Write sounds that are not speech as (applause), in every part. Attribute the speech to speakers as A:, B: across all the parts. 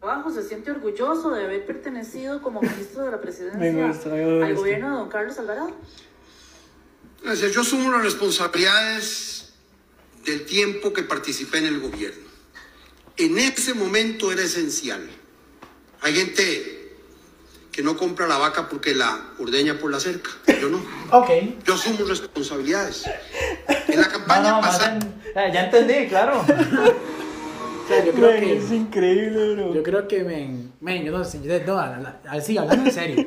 A: trabajo, se siente orgulloso de haber pertenecido como ministro de la presidencia
B: Me gusta, me
A: al
B: gusta.
A: gobierno de don Carlos Alvarado.
C: Gracias. Yo asumo las responsabilidades del tiempo que participé en el gobierno. En ese momento era esencial. Hay gente que no compra la vaca porque la ordeña por la cerca. Yo no.
B: Ok.
C: Yo asumo responsabilidades. En la
D: No,
C: campaña
D: no, más
C: pasada.
D: en- ah, ya entendí, claro. (laughs)
E: O sea, yo creo
B: Man, es
E: que.
B: increíble, bro.
E: Yo creo que, men. Men, yo no sé. yo- No, a la- a- sí, hablando en serio.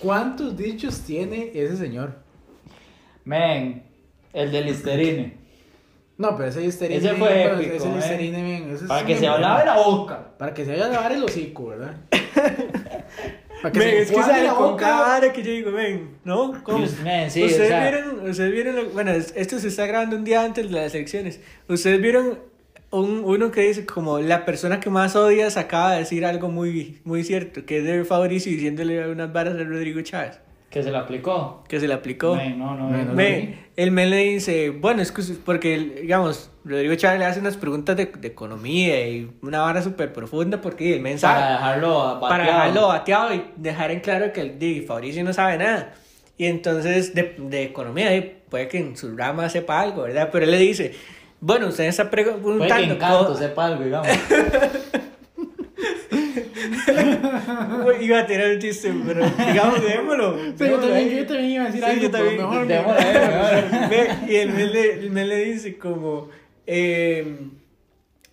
E: ¿Cuántos dichos tiene ese señor?
D: Men, el del Listerine.
E: No, pero ese listerine.
D: Ese
E: men,
D: fue
E: bueno,
D: épico,
E: Ese
D: eh.
E: listerine, men. ese es
D: Para
E: un
D: que se
E: emblema.
D: hablaba de la boca.
E: Para que se vaya a lavar el hocico,
D: (laughs)
E: ¿verdad? Para
B: Men, es que
E: enjuague
B: sale
E: la
B: con
E: boca.
B: cada vara que yo digo, men, ¿no? ¿Cómo?
D: Dios, men, sí,
B: ustedes
D: o sea-
B: vieron, ustedes vieron, lo- bueno, es- esto se está grabando un día antes de las elecciones. Ustedes vieron un- uno que dice como la persona que más odias acaba de decir algo muy, muy cierto, que es de Fabricio diciéndole unas varas de Rodrigo Chávez,
D: Que se la aplicó.
B: que se le aplicó.
D: Men, no, no,
E: Men,
D: no.
E: no.
B: Men, el men le dice, bueno, es que usted- porque, el- digamos, Rodrigo Chávez le hace unas preguntas de, de economía y una vara súper profunda porque el men sabe
D: Para dejarlo
B: para
D: bateado.
B: dejarlo bateado y dejar en claro que el di, Fabricio no sabe nada. Y entonces, de, de economía, di, puede que en su rama sepa algo, ¿verdad? Pero él le dice, bueno, usted está
D: Puede que
B: preguntando...
D: encanto
B: co-
D: sepa algo, digamos.
B: (laughs) Uy, Iba a tirar un chiste, pero digamos, démoslo.
E: Sí, yo
B: démoslo
E: también,
B: ahí.
E: yo también iba a decir
B: Sí,
E: algo,
B: yo
E: pero
B: también.
E: mejor
D: Demo-
E: no.
B: Ve, y el men le, el men le dice como, eh,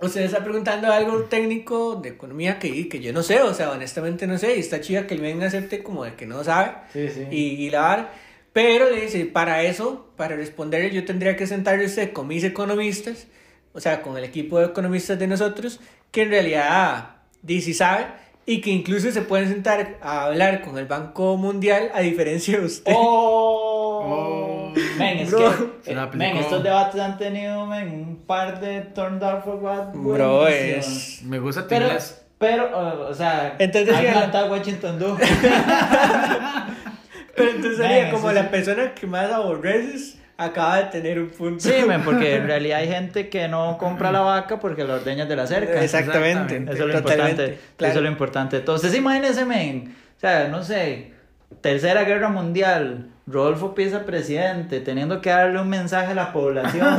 B: usted está preguntando algo técnico de economía que, que yo no sé, o sea, honestamente no sé, y está chida que el men acepte como de que no sabe
D: Sí, sí.
B: y, y la vara. Pero le dice, para eso, para responderle, yo tendría que sentarle usted con mis economistas, o sea, con el equipo de economistas de nosotros, que en realidad dice sabe. Y que incluso se pueden sentar a hablar con el Banco Mundial a diferencia de usted.
D: Oh. Men, es
B: Bro.
D: que.
E: Se la
D: eh, Men,
E: aplicó.
D: estos debates han tenido men, un par de Turn Down for What.
B: Bro,
D: buenísimos.
B: es.
E: Me gusta tu
D: Pero,
E: inglés.
D: pero, eh, o- o sea.
B: Entonces,
D: hay
B: sí, la-
D: cantado Washington
B: (laughs)
D: Do.
B: (laughs) Pero entonces
D: Man,
B: sería
D: eso
B: como
D: sí.
B: la persona que más aborreces acaba de tener un punto.
D: Sí,
B: (laughs)
D: men, porque en realidad hay gente que no compra la vaca porque la ordeña de la cerca.
B: Exactamente.
D: Eso es lo
B: Totalmente,
D: importante.
B: claro.
D: Eso es lo importante. Entonces, imagínense, men. O sea, no sé. Tercera guerra mundial. Rodolfo Pieza presidente, teniendo que darle un mensaje a la
B: (laughs)
D: población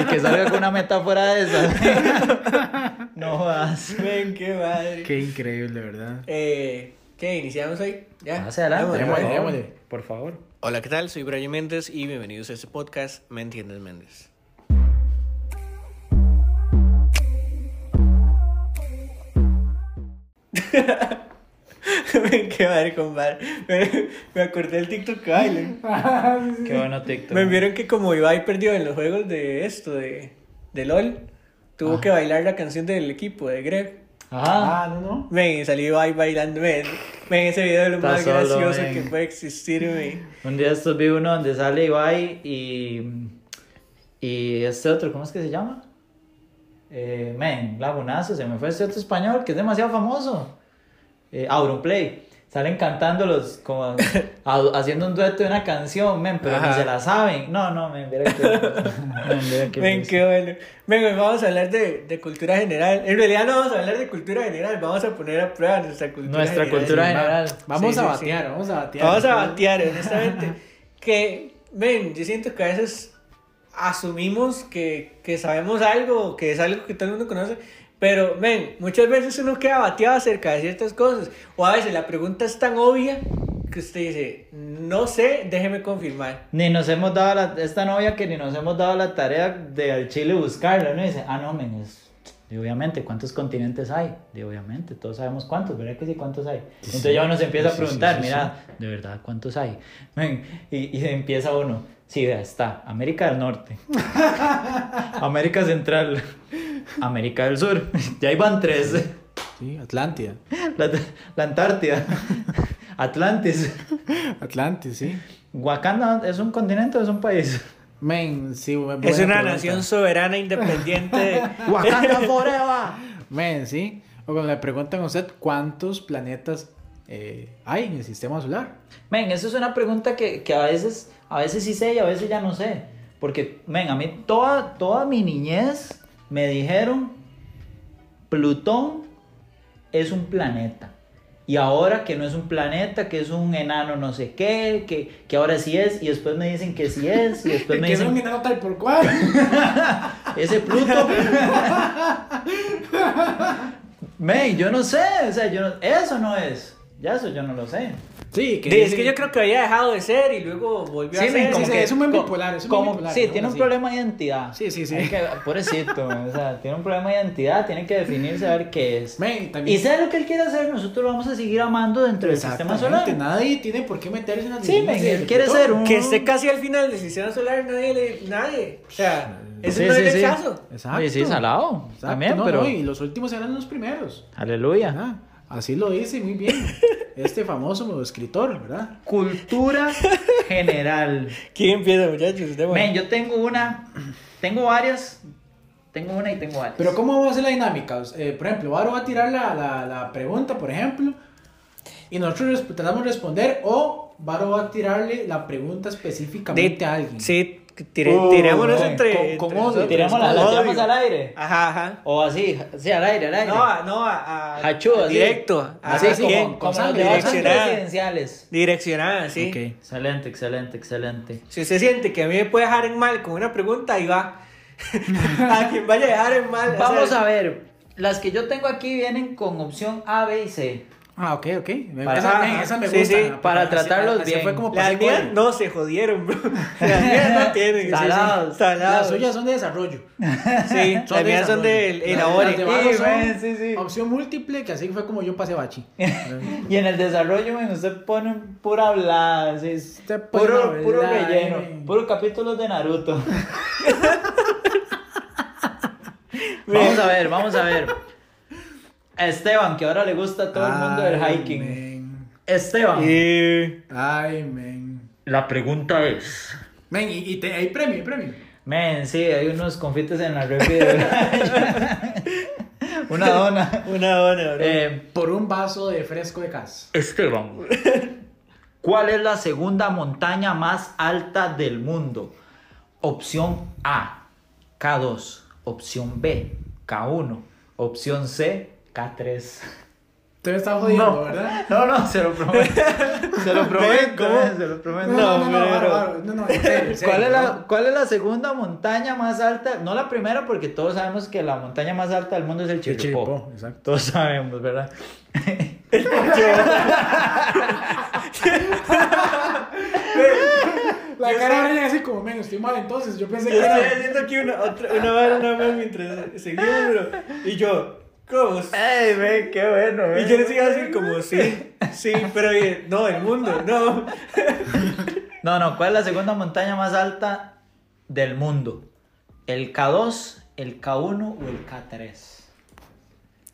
D: y que salga con una metáfora de esa. (laughs) no jodas.
B: Ven, qué madre.
E: Qué increíble, ¿verdad?
B: Eh, ¿Qué? ¿Iniciamos hoy? ¿Ya?
D: Hacia adelante.
B: Démosle,
D: por
E: Démosle,
D: favor.
E: démosle.
D: Por favor.
B: Hola, ¿qué tal? Soy Brian Méndez y bienvenidos a este podcast Me Entiendes Méndez. (laughs) Qué madre, compadre. Me, me acordé del TikTok que bailan.
D: Qué bueno TikTok.
B: Me vieron que como Ibai perdió en los juegos de esto, de, de LOL, tuvo que bailar la canción del equipo de Greg. Ah,
D: Ajá.
E: no, no.
B: Ven, salió Ibai bailando. Ven, ven ese video es lo
D: Está
B: más
D: solo,
B: gracioso
D: men.
B: que puede existir. men.
D: Un día estos vi uno donde sale Ibai y. Y este otro, ¿cómo es que se llama? Eh, men, Lagunazo, se me fue este otro español que es demasiado famoso. Eh, Auronplay. Salen cantándolos,
B: (laughs)
D: como a- haciendo un dueto de una canción, men, pero
B: Ajá.
D: ni se la saben. No, no, men, mira
B: (laughs)
D: que. men, mira que-
B: Ven, qué bueno. Ven, hoy vamos a hablar de, de cultura general. En realidad no vamos a hablar de cultura general, vamos a poner a prueba nuestra cultura
D: Nuestra
B: general.
D: cultura
B: Sí,
D: general.
E: Vamos
B: Sí,
E: a
B: sí,
E: batear, vamos a batear.
B: Vamos a batear,
D: (laughs)
B: honestamente. que, ven, yo siento que a veces asumimos que, que sabemos algo, que es algo que todo el mundo conoce, pero, ven, muchas veces uno queda bateado acerca de ciertas cosas, o a veces la pregunta es tan obvia que usted dice, no sé, déjeme confirmar.
D: Ni nos hemos dado la, esta novia que ni nos hemos dado la tarea de al Chile buscarla, ¿no? Y dice, ah, no, men, es- y obviamente, ¿cuántos continentes hay? De obviamente, todos sabemos cuántos, ¿verdad que sí? ¿Cuántos hay? Entonces ya uno se empieza a preguntar, mira, de verdad, ¿cuántos hay? Men, y, y empieza uno, sí, vea, está, América del Norte, (laughs) América Central, América del Sur, (laughs) ya iban tres,
E: Sí, Atlántida.
D: (laughs) la, la Antártida, (laughs) Atlantis,
E: Atlantis, sí.
D: Wakanda, ¿es un continente o es un país?
E: Men, sí, bu- buena
B: es una
E: pregunta. (laughs)
B: nación soberana, independiente. de-
D: (laughs) Wakanda Forever.
E: Men, sí. O cuando le preguntan a usted cuántos planetas eh, hay en el sistema solar.
D: Men, eso es una pregunta que, que a veces a veces sí sé y a veces ya no sé. Porque, men, a mí toda, toda mi niñez me dijeron Plutón es un planeta. Y ahora que no es un planeta, que es un enano no sé qué, que, que ahora sí es, y después me dicen que sí es,
E: (laughs)
D: y después Pues me
E: que no
D: dicen
E: me enano tal por cual.
D: ese Pluto. (laughs) Men, yo no sé, o sea, yo no- eso no es. Ya eso yo no lo sé.
E: (laughs) Sí,
B: Sí, es que yo creo que había dejado de ser y luego volvió
D: Sí, men,
B: a ser.
D: como
E: sí,
D: que-
E: es un buen
D: co-
E: bipolar, es un
D: como-
E: buen bipolar,
D: Sí,
E: ¿no?
D: tiene un
E: Así.
D: problema de identidad.
E: Sí, sí, sí.
D: Hay que- pobrecito, men, o sea, tiene un problema de identidad, tiene que definirse a ver qué es.
E: Men,
D: Y
E: también.
D: sea lo que él quiera hacer, nosotros lo vamos a seguir amando dentro del sistema solar.
E: Exactamente, nadie tiene por qué meterse en las
D: Sí,
E: divinas
D: men,
E: de
D: él quiere
E: Plutón.
D: ser un-
B: Que esté casi al final del sistema solar, nadie le. Nadie. O sea, eso
D: Sí,
B: no
D: sí,
B: es
D: sí.
B: rechazo.
E: Exacto.
D: Oye, sí, salado.
E: Exacto,
D: También,
E: no,
D: pero.
E: no, y los últimos eran los primeros.
D: Aleluya.
E: ¿verdad? Así lo dice muy bien este famoso escritor, ¿verdad?
D: Cultura
E: (laughs)
D: general.
B: ¿Quién empieza, muchachos? Usted, bueno.
D: Men, yo tengo una. Tengo varias. Tengo una y tengo varias.
E: Pero ¿cómo vamos a hacer la dinámica? O sea, eh, por ejemplo, Varo va a tirar la, la- la pregunta, por ejemplo, y nosotros resp- tratamos de responder, o Varo va a tirarle la pregunta específicamente
B: De-
E: a alguien.
B: Sí, tire,
D: Oh,
B: tirémonos
D: men,
B: entre.
E: con-
B: entre
E: con odio,
B: nosotros.
D: tiramos la, la
B: Con
D: tiramos
B: odio.
D: al aire.
E: Ah.
B: Ajá, ajá.
D: O así, sí, al aire, al aire.
B: No, a- no, a. a-
D: Hachú, así.
B: Directo.
D: Así,
B: Ajá,
D: como,
B: bien,
D: como
E: con
D: los
E: sangre,
D: debates
B: direccionada.
D: presidenciales.
B: Direccionada, sí.
E: Ok.
D: Excelente, excelente, excelente.
B: Si usted siente que a mí me puede dejar en mal con una pregunta, ahí va. (laughs) a quien vaya a dejar en mal.
D: Vamos a ver. Las que yo tengo aquí vienen con opción A, B y C.
E: Ah, ok, ok. Me-
D: Para-
E: esa,
B: ajá,
E: esa me
B: sí,
E: gusta.
B: sí,
E: ¿no?
D: para
E: Así-
D: tratarlos
E: así
D: bien.
E: Fue como
B: Las
E: pasé
B: mías
E: con-
B: no se jodieron, bro. (laughs) Las mías no tienen. sí, sí.
D: Salados.
E: Las
B: Salados.
E: suyas son de
D: (laughs)
E: desarrollo.
B: Sí, las mías
E: desarrollo. Las
B: son del
E: de
B: elabore.
E: Varo
D: Sí,
E: son
D: ven, sí, sí.
E: Opción múltiple, que así fue como yo pasé
D: (laughs)
E: bachi.
D: Y en el desarrollo, men, usted pone pura hablada, así,
E: Usted pone eh.
D: puro,
E: una
D: puro
E: hablada,
D: relleno,
E: men.
D: puro capítulos de Naruto. (laughs) vamos a ver, vamos a ver. A Esteban, que ahora le gusta a todo el mundo del
E: Ay,
D: hiking.
E: men.
D: Esteban,
B: Y-
E: Ay, men.
D: la pregunta es...
E: Men, y, y te, hay premio, hay premio.
D: Men, sí, hay unos confites en la refri de- (laughs) Una dona.
B: Una hora, bro.
D: Eh,
E: Por un vaso de fresco de gas.
D: Esteban, (laughs) ¿cuál es la segunda montaña más alta del mundo? Opción A, K2. Opción B, K1. Opción C, K3.
E: Te me está jodiendo, ¿verdad?
D: No, no, se lo prometo. (laughs) Se lo prometo,
B: ¿Cómo?
D: eh, se lo prometo.
E: no, no, no,
B: pero-
E: bárbaro, bárbaro. no, no, en serio, en serio,
D: ¿Cuál es,
E: ¿no?
D: la, ¿Cuál es la segunda montaña más alta? No la primera, porque todos sabemos que la montaña más alta del mundo es el Chirripó.
E: Chirripó, exacto.
D: Todos sabemos, ¿verdad?
E: La cara brilla así como, men, estoy mal entonces. Yo pensé que
B: Yo estoy
E: era...
B: haciendo aquí una, otra, una vara, una vez mientras seguimos, bro. Y yo, ¿cómo?
D: ¡Ey, ve, qué bueno!
B: Y yo les iba a decir como, sí, sí, pero eh, no, el mundo, no.
D: No, no, ¿cuál es la segunda montaña más alta del mundo? ¿El K2, el K1 o el K3?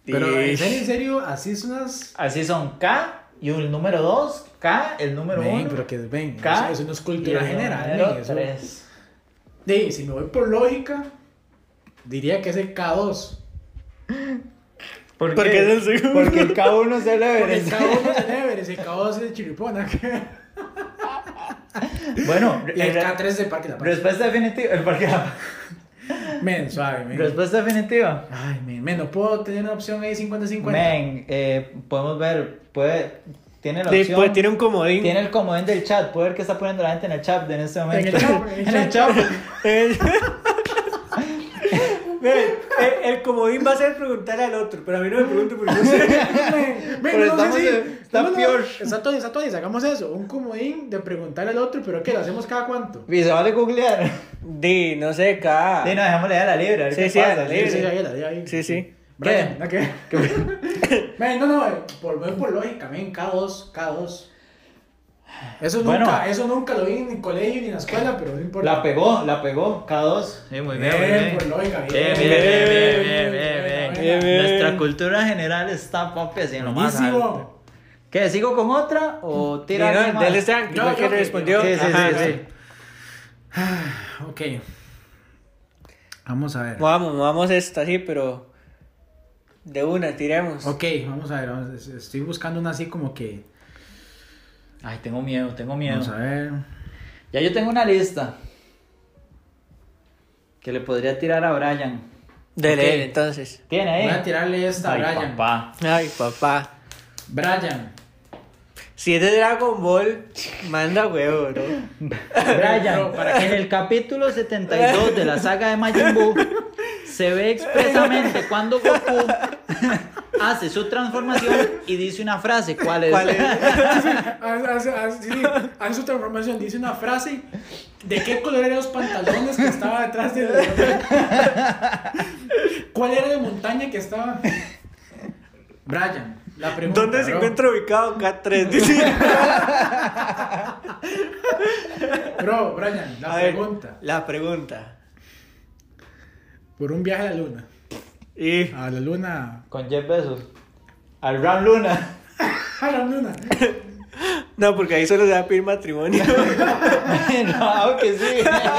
E: Pero en serio, en
B: Ish.
E: serio, así es unas...
D: Así son K y el número 2, K, el número
E: Men,
D: 1.
E: pero que ven,
D: K,
E: eso, eso no es
D: y
E: cultura
D: el
E: general,
D: número
E: men, eso-
D: 3.
E: Sí, si me voy por lógica, diría que es el K2.
D: ¿Por
B: Porque
D: qué?
B: es el segundo.
D: Porque el K1 es el
E: Porque el
D: Everest.
E: K1 es el Everest, el K2 es el Chiripona.
D: (laughs) Bueno,
E: Y el
D: re-
E: K3 es el Parque de la Paz.
D: respuesta definitiva. el Parque de la Paz.
E: Men, suave, men.
D: Respuesta definitiva.
E: Ay, men, men, no puedo tener una opción ahí 50-50.
D: Men, eh, podemos ver, puede, tiene la
B: Sí,
D: opción.
B: pues, tiene un comodín. (laughs)
D: Tiene el comodín del chat, puede ver qué está poniendo la gente en el chat en este momento.
E: En el chat, en el
D: (laughs) En el chat.
B: el, el, el comodín va a ser preguntar al otro, pero a mí no me pregunte porque no sé.
E: Men,
D: (laughs) Pero
E: no,
D: estamos
E: sí, sí.
D: en- está
E: No, no,
D: peor.
E: Exacto, exacto, y sacamos eso. Un comodín de preguntarle al otro, pero ¿qué? ¿Lo hacemos cada cuánto?
D: Y se vale googlear.
B: Di, no sé,
D: Ah.
B: cada.
D: Sí, no, dejamos leer a la libre. a ver
B: Sí,
D: qué
B: sí,
D: pasa.
B: a la
E: Sí,
B: libre.
E: sí, ahí, ahí, ahí.
B: Sí, sí.
E: Brian, ¿no qué? (laughs) Men, no, no, eh, por, ven por lógica, men, K2, K2. Eso nunca,
D: Bueno.
E: eso nunca lo vi ni en el colegio ni en la escuela, pero no importa.
D: La pegó, la pegó. K2. Sí, muy bien.
E: Bien,
D: muy bien.
E: por lógica, bien.
D: Bien, bien, bien, bien, bien,
E: Bien,
D: bien, bien,
B: bien.
D: Nuestra cultura general está papi así en lo más alto.
E: Buenísimo.
D: ¿Qué? ¿Sigo con otra o
B: Sí,
D: tira alguien
B: no,
D: más?
B: dele Stan, que
E: Yo,
B: fue
E: yo,
B: quien
E: yo.
B: respondió.
D: Sí, sí, sí,
B: Ajá,
D: sí.
B: sí.
E: Ok. Vamos a ver.
B: Vamos, vamos esta, sí, pero. De una, tiremos.
E: Ok, vamos a ver. vamos- estoy buscando una así como que.
D: Ay, tengo miedo, tengo miedo.
E: Vamos a ver.
D: Ya yo tengo una lista que le podría tirar a Brian.
B: De
D: Ok.
B: leer, entonces.
D: Tiene
E: Voy a
D: ahí.
E: tirarle esta a
D: Eh. Ay,
E: Brian.
D: papá.
B: Ay, papá.
E: Brian.
B: Si es de Dragon Ball, manda huevo, bro.
D: Brian,
E: Pero, ¿para qué?
D: en el capítulo 72 de la saga de Majin Buu se ve expresamente cuando Goku hace su transformación y dice una frase, ¿cuál es?
B: ¿Cuál es?
E: Haz- haz- haz- sí, haz su transformación. Dice una frase. ¿De qué color eran los pantalones que estaba detrás de ¿Cuál era la montaña que estaba? Brian, la pregunta.
B: ¿Dónde se
E: bro.
B: encuentra ubicado (laughs) K3? Dice.
E: Bro, Brian, la
B: A ver,
E: pregunta.
B: La pregunta.
E: Por un viaje a la luna.
B: Y
E: A la luna.
D: Con Jeff Bezos. Al Ram Luna.
E: A la luna.
B: no, porque ahí solo se va a pedir (laughs) matrimonio.
D: no, que sí. Al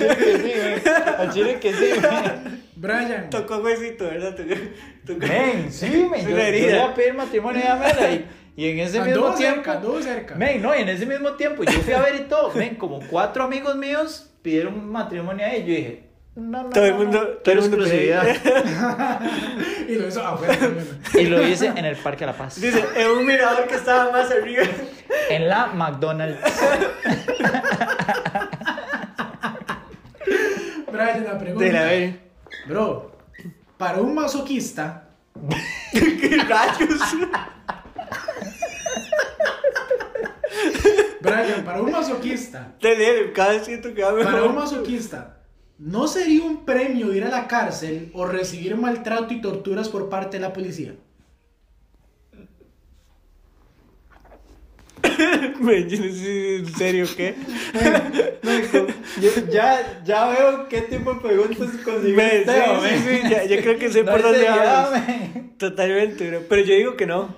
D: chile que sí, güey. Al chile que sí, güey.
E: Brian.
B: Tocó huesito, ¿verdad? Tocó- tocó-
D: Men, sí, men.
B: Es
D: Yo,
B: una
D: yo le
B: herida.
D: voy a pedir matrimonio a Mela y, y en ese mismo
E: Anduvo
D: tiempo.
E: cerca, anduvo cerca.
D: Men, no, y en ese mismo tiempo yo fui a ver y (laughs) todo. Men, como cuatro amigos míos pidieron un matrimonio ahí. Yo dije, no, no.
B: Todo el
D: no,
B: mundo-
D: no,
B: todo el
D: quiero
B: mundo pide.
D: exclusividad.
E: Y lo hizo afuera de la luna.
D: Y lo hice en el Parque La Paz.
B: Dice, es un mirador que estaba más arriba.
D: En la McDonald's.
E: Brian, la pregunta.
B: De la ver.
E: Bro, para un masoquista,
B: (laughs) ¿Qué rayos?
E: Brian, para un masoquista,
B: De leer, cada vez siento que va
E: para un
B: (laughs) mejor.
E: masoquista, ¿no sería un premio ir a la cárcel o recibir maltrato y torturas por parte de la policía?
B: Men, yo no sé, ¿En serio qué? (laughs)
D: ya, ya veo qué tipo de preguntas
B: Men, sí, sí, sí, ya- yo creo que sé por dónde vas. Totalmente, bro. Pero yo digo que no.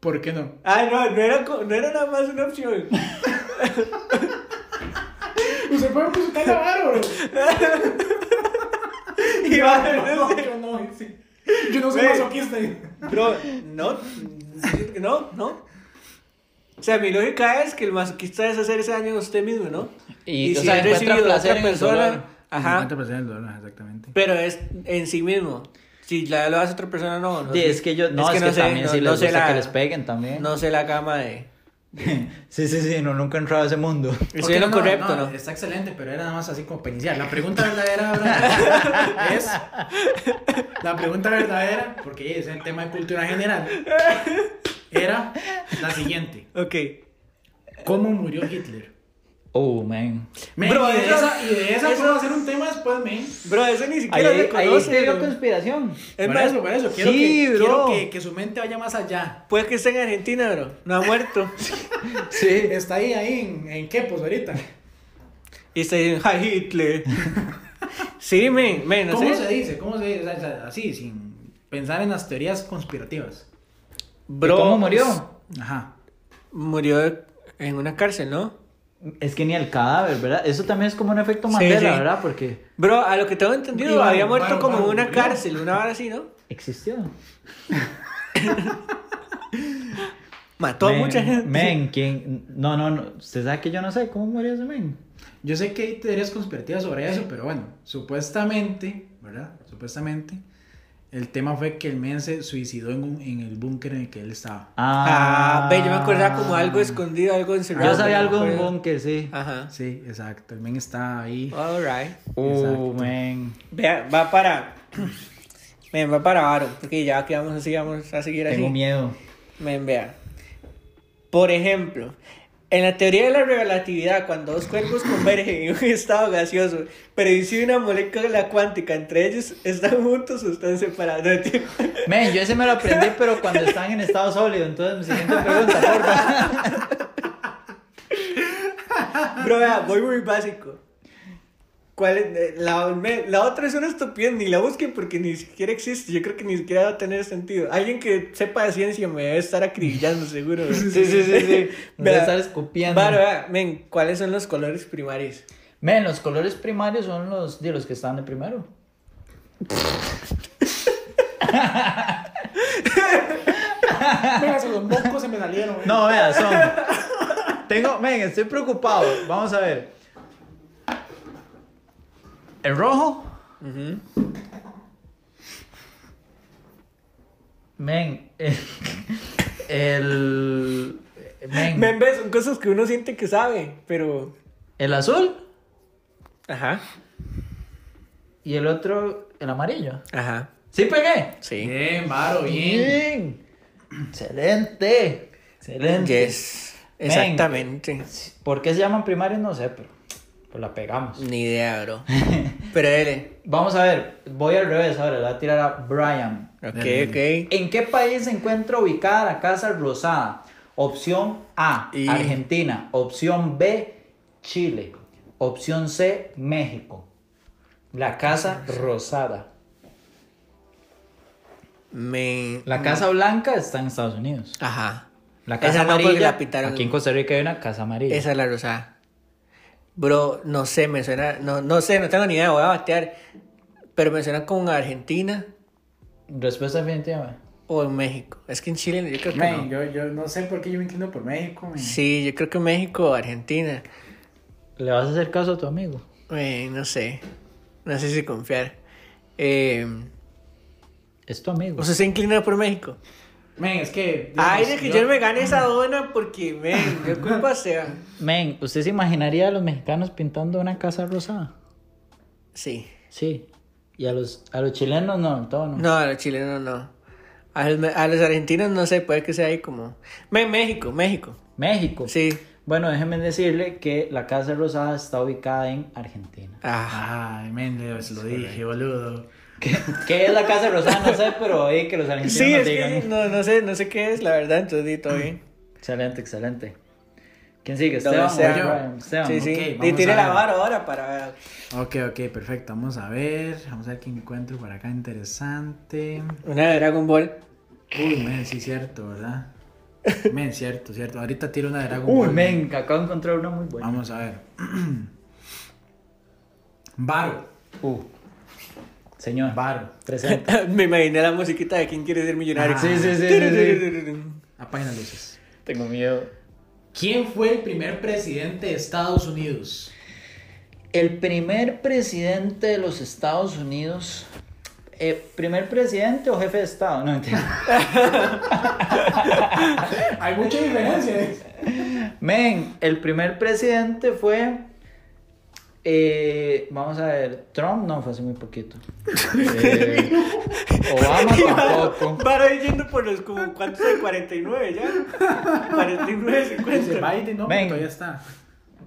E: ¿Por qué no?
B: Ah, no, no era, co- no era nada más una opción. (laughs)
E: Usted puede consultar a Bárbaro. (laughs)
B: Y va a
E: No, yo no, sí. Yo no soy
B: Ve.
E: masoquista.
B: Bro, no, no, no. O sea, mi lógica es que el masoquista es hacerse daño a usted mismo, ¿no?
D: Y, o sea,
B: es
D: encuentra
B: recibido de
D: placer
B: otra
D: en el dolor.
B: ajá,
E: el dolor, exactamente.
B: pero es en sí mismo. Si la lo hace otra persona, no. no
D: Sí,
B: sé.
D: es que yo, no, es que, también si les gusta que les peguen también.
B: No sé la cama de...
D: (laughs) Sí, sí, sí, no, nunca he entrado a ese mundo.
B: Estoy en lo correcto, ¿no?
E: Está excelente, pero era nada más así como para iniciar. La
B: (laughs)
E: pregunta verdadera Brian, es. La pregunta verdadera, porque es el tema de cultura general, era la siguiente:
B: Ok.
E: ¿Cómo murió Hitler?
D: Oh, man.
E: Men,
B: Bro,
E: y de
B: eso-
E: esa, y de esa
B: eso-
E: puedo hacer un tema después, men.
B: Bro, eso ni
D: Ahí,
B: siquiera
D: ahí,
B: se conoce.
D: escribió
B: bro.
D: conspiración.
B: Es
E: por
B: más,
E: eso, por eso. Quiero,
D: Sí,
E: que, quiero
D: bro.
E: que, que su mente vaya más allá.
B: puede que esté en Argentina, bro. No ha muerto.
D: Sí.
E: Está ahí, ahí, en, en qué, pues ahorita.
B: (laughs) y está diciendo, ¡Hi, Hitler! (laughs) sí, men, men, no
E: ¿Cómo
B: sé.
E: se dice? ¿Cómo se dice? O sea, o sea, Así, sin pensar en las teorías conspirativas.
B: Bro,
D: ¿Cómo murió?
E: Ajá.
B: Murió en una cárcel, ¿no?
D: Es que ni el cadáver, ¿verdad? Eso también es como un efecto Mandela,
B: sí.
D: ¿verdad? Porque
B: Bro, a lo que tengo entendido,
E: Iván,
B: había muerto
E: Iván,
B: como en
E: Iván,
B: una
E: murió.
B: cárcel, una hora así, ¿no?
D: existió.
B: Mató
D: Men,
B: a mucha gente.
D: Men, ¿quién? No, no, no. Usted sabe que yo no sé cómo murió ese men.
E: Yo sé que hay teorías conspirativas sobre eso, pero bueno, supuestamente, ¿verdad? Supuestamente, el tema fue que el men se suicidó en, un- en el búnker en el que él estaba.
B: Ah, ve, yo me acordaba como algo escondido, algo encerrado.
D: Ah. Yo sabía
B: pero no Ah.
D: algo de un
B: recuerdo.
D: búnker, sí.
B: Ajá.
E: Sí, exacto. El men está ahí.
B: Ah. Alright.
D: Oh, men.
B: Vea, va para. (clears throat) Men, va para Varo, porque ya que vamos así, vamos a seguir así.
D: Tengo miedo.
B: Men, vea. Por ejemplo, en la teoría de la relatividad, cuando dos cuerpos convergen en un (laughs) estado gaseoso, pero incide una molécula cuántica entre ellos, ¿están juntos o están separados? (laughs) No, tío.
D: Men, yo ese me lo aprendí, pero cuando están en estado sólido. Entonces, mi siguiente pregunta, porfa.
B: Bro, vea, voy muy básico. ¿Cuál es? Eh, La, me- la otra es una estupidez, ni la busquen porque ni siquiera existe. Yo creo que ni siquiera va a tener sentido. Alguien que sepa de ciencia me debe estar acribillando, seguro. bro.
D: Sí, sí, sí, sí. Me
B: (laughs) Vea,
D: voy a estar escupiendo.
B: Varo, vea, men, ¿cuáles son los colores primarios?
D: Men, los colores primarios son los de los que están de primero.
E: Venga, se los mocos se me salieron. men.
D: No, vea, son. Tengo, men, estoy preocupado. Vamos a ver. El rojo. Men, (laughs) eh, el. Men,
B: Men, ves, son cosas que uno siente que sabe, pero.
D: el azul
B: Ajá,
D: y el otro, el amarillo.
B: ajá,
D: ¿Sí pegué?
B: sí.
E: Bien, Varo, bien.
D: Bien. Excelente. Excelente.
B: Yes. Exactamente.
D: ¿Por qué se llaman primarios? No sé, pero pues la pegamos.
B: Ni idea,
D: (laughs)
B: bro. Pero dele.
D: Vamos a ver, voy al revés ahora, le voy a tirar a Brian.
B: Ok, ok.
D: ¿En qué país se encuentra ubicada la Casa Rosada? Opción A,
B: Y-
D: Argentina. Opción B, Chile. Opción C, México. La Casa Rosada.
B: Me.
D: La Casa Blanca está en Estados Unidos.
B: Ajá.
D: La Casa
B: Esa no, porque
D: Amarilla,
B: la pitaron.
D: aquí en Costa Rica hay una Casa Amarilla.
B: Esa es la rosada. Bro, no sé, me suena. No, no sé, no tengo ni idea, voy a batear. Pero me suena con Argentina
D: Respuesta definitiva.
B: o en México. Es que en Chile yo creo que.
E: Men,
B: no.
E: yo, yo no sé por qué yo me inclino por México, men.
B: Sí, yo creo que México o Argentina.
D: ¿Le vas a hacer caso a tu amigo?
B: Eh, no sé. No sé si confiar. Eh,
D: Es tu amigo.
B: o sea, se inclina por México.
E: Men, es que.
B: Ay, de
E: digamos,
B: que yo no me gane esa dona porque, men, qué culpa sea.
D: Men, ¿usted se imaginaría a los mexicanos pintando una casa rosada?
B: Sí.
D: Sí. Y a los, a los chilenos no, todo no.
B: No, a los chilenos no. A los, me- a los argentinos no sé, puede que sea ahí como. Men, México, México.
D: México.
B: Sí.
D: Bueno, déjenme decirle que la Casa Rosada está ubicada en Argentina.
B: Ah.
E: Ay, men, le- os lo dije, boludo.
D: ¿Qué, qué es la Casa Rosada? No sé, pero ahí
B: (laughs)
D: que los argentinos
B: Sí,
D: nos
B: es
D: digan.
B: que no, no sé, no sé qué es, la verdad, entonces di todo bien.
D: Excelente, excelente. ¿Quién sigue?
B: Todo
D: Esteban.
B: sea.
D: o Brian? Esteban,
B: Sí,
D: ok.
B: sí.
E: ok,
B: y
E: vamos
B: tiene
E: a
B: la
E: ver.
B: vara ahora para
E: Ok, ok, perfecto. Vamos a ver. Vamos a ver qué encuentro por acá interesante.
B: una de Dragon Ball. (laughs)
E: Uy, men, sí, cierto, (laughs) ¿verdad? Men, cierto, cierto. Ahorita tiro una de Dragon
D: Uy,
E: Ball,
D: men, que acabo de encontrar una muy buena.
E: Vamos a ver. (clears throat) Varo.
D: Uh. Señor,
E: Varo.
B: (laughs)
D: presente.
B: Me imaginé la musiquita de quién quiere ser millonario.
E: Ah.
D: Sí, sí, sí, sí, sí.
E: Apaga las luces.
D: Tengo miedo.
E: ¿Quién fue el primer presidente de Estados Unidos?
D: El primer presidente de los Estados Unidos. eh, ¿Primer presidente o jefe de Estado? No entiendo.
E: Hay mucha diferencia. ¿eh?
D: Men, el primer presidente fue. eh, vamos a ver, Trump no fue hace muy poquito. Eh,
B: (laughs)
D: Obama tampoco.
B: Para yendo por los como cuántos hay 49 ya. 49
E: Ese
B: 50.
E: Biden, no,
D: Men.
E: todavía está.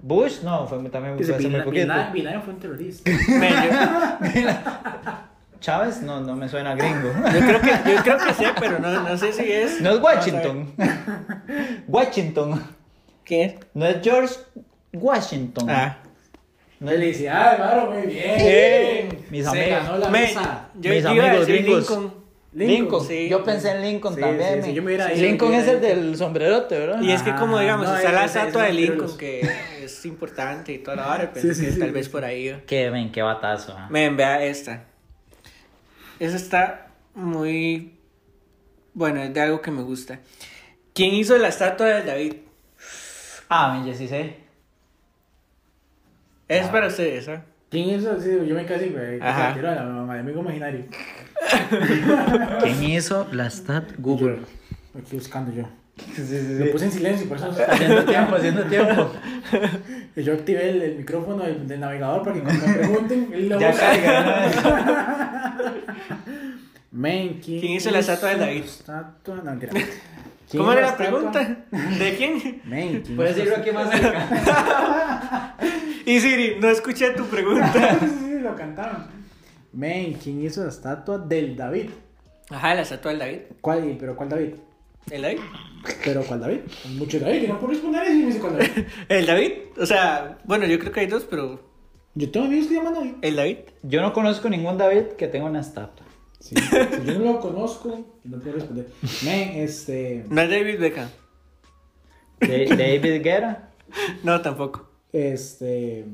D: Bush no fue muy- también fue
E: Ese
D: hace
E: Bin
D: muy
E: Laden- Bin
D: poquito.
E: Laden- Bin Laden fue un terrorista.
B: Men, yo,
D: Chávez no, no me suena gringo.
B: yo creo que yo creo que sé, pero no, no sé si es.
D: No es
B: Vamos
D: Washington. Washington.
B: a ver. ¿Qué es?
D: No es George Washington.
B: Ah.
D: No es-
E: Felicidades, Varo, "Ah, muy bien.
B: Bien.
D: Mis
E: Se
D: amigos.
E: ganó la
B: Men,
E: mesa.
B: yo
D: Mis
B: yo iba a
D: amigos
B: decir
D: gringos.
B: Lincoln.
D: Lincoln.
B: sí.
D: Yo pensé en Lincoln
E: pues, Sí,
D: también.
E: sí, sí,
D: men.
E: yo me hubiera ido,
D: Lincoln
E: yo me
D: es el
E: hubiera
D: del sombrerote, ¿verdad?
B: Y es que como
E: Ah,
B: digamos,
E: no,
B: está
E: ese-
B: la
E: ese-
B: estatua de
E: ese
B: Lincoln
E: es
B: que es importante y toda la hora, pensé
E: sí,
B: que
E: sí,
B: tal
E: sí,
B: vez por ahí iba.
D: Qué, men, qué batazo. ah.
B: Men, vea esta. Esa está muy bueno, es de algo que me gusta. ¿Quién hizo la estatua de David?
D: Ah, men, yo sí sé.
B: Es para ustedes, ¿ah?
E: ¿Quién hizo? Sí, yo me casi me
B: Ajá.
E: me tiró a la mamá de amigo imaginario.
D: ¿Quién hizo la stat Google?
E: Aquí buscando yo.
D: Sí, sí,
E: Lo puse en silencio, por
B: (laughs)
E: eso.
D: (laughs) Haciendo tiempo, haciendo tiempo.
E: Y yo activé el, el micrófono del, del navegador para que cuando me pregunten, él lo
D: Ya
E: busca.
D: carga,
E: (laughs) Men, ¿quién,
B: ¿Quién hizo la estatua de David?
E: Estatua, no,
B: (laughs)
E: mentira. ¿Quién
B: ¿Cómo
E: hizo
B: era la
E: estatua?
B: pregunta?
E: (laughs)
B: ¿De quién?
E: Men, ¿quién
D: ¿no?
B: (laughs)
D: Puedes
E: hizo
D: irlo
E: la-
D: aquí más cerca.
B: Y Siri, no escuché tu pregunta.
E: Sí, sí, (laughs) lo cantaron. Men, ¿quién hizo la estatua del David?
B: (laughs) Ajá, la estatua del David.
E: ¿Cuál? ¿Pero cuál David?
B: ¿El David?
E: ¿Pero cuál David? Hay muchos David que no puedo responder eso y me dice cuál David.
B: ¿El David? O sea, bueno, yo creo que hay dos, pero
E: Yo tengo amigos que llaman David.
B: ¿el David?
D: Yo no conozco ningún David que tenga una estatua.
E: Sí, si yo no lo conozco, no puedo responder. Men, este.
B: No es David Beckham.
E: (laughs)
D: De- David Guerra.
B: No, tampoco.
E: Este.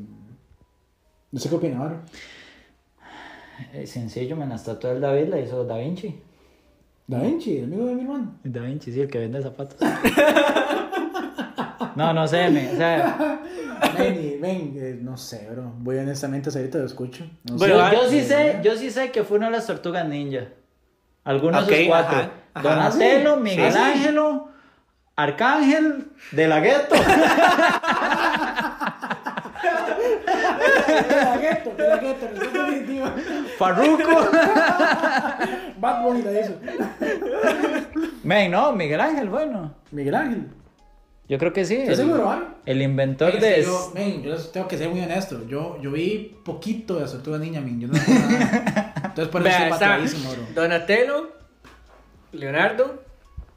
E: No sé qué opina ahora.
D: Eh, Sencillo, men, la estatua del David la hizo Da Vinci.
E: Da Vinci, el amigo de mi hermano.
D: Da Vinci, sí, el que vende zapatos. No, no sé, men. O sea,
E: Ven, y- ven, eh, no sé, bro. Voy honestamente, ahorita lo escucho. No sé.
B: Bueno,
D: yo,
B: ah,
D: yo sí sé, yo sí sé que fue una de las tortugas ninja. Algunos de
B: Ok,
D: esos cuatro.
B: ajá, ajá.
D: Donatello,
B: Sí,
D: Miguel
B: sí.
D: Ángelo, Arcángel, De la
B: (laughs)
D: Gueto.
E: La gueto, la gueto, resulta positivo.
D: Farruco.
E: Bad Bunny la hizo.
D: Men, no, Miguel Ángel, bueno.
E: Miguel Ángel.
D: Yo creo que sí.
E: ¿Estás
D: el-
E: seguro, Ami?
D: El inventor
E: Es que
D: de.
E: yo, men, yo les tengo que ser muy honesto. Yo, yo vi poquito de Tortuga Niña, men. Yo no (laughs) sé nada. Entonces, por eso
B: Vea,
E: estoy
B: está
E: bateadísimo, bro.
B: Donatello, Leonardo,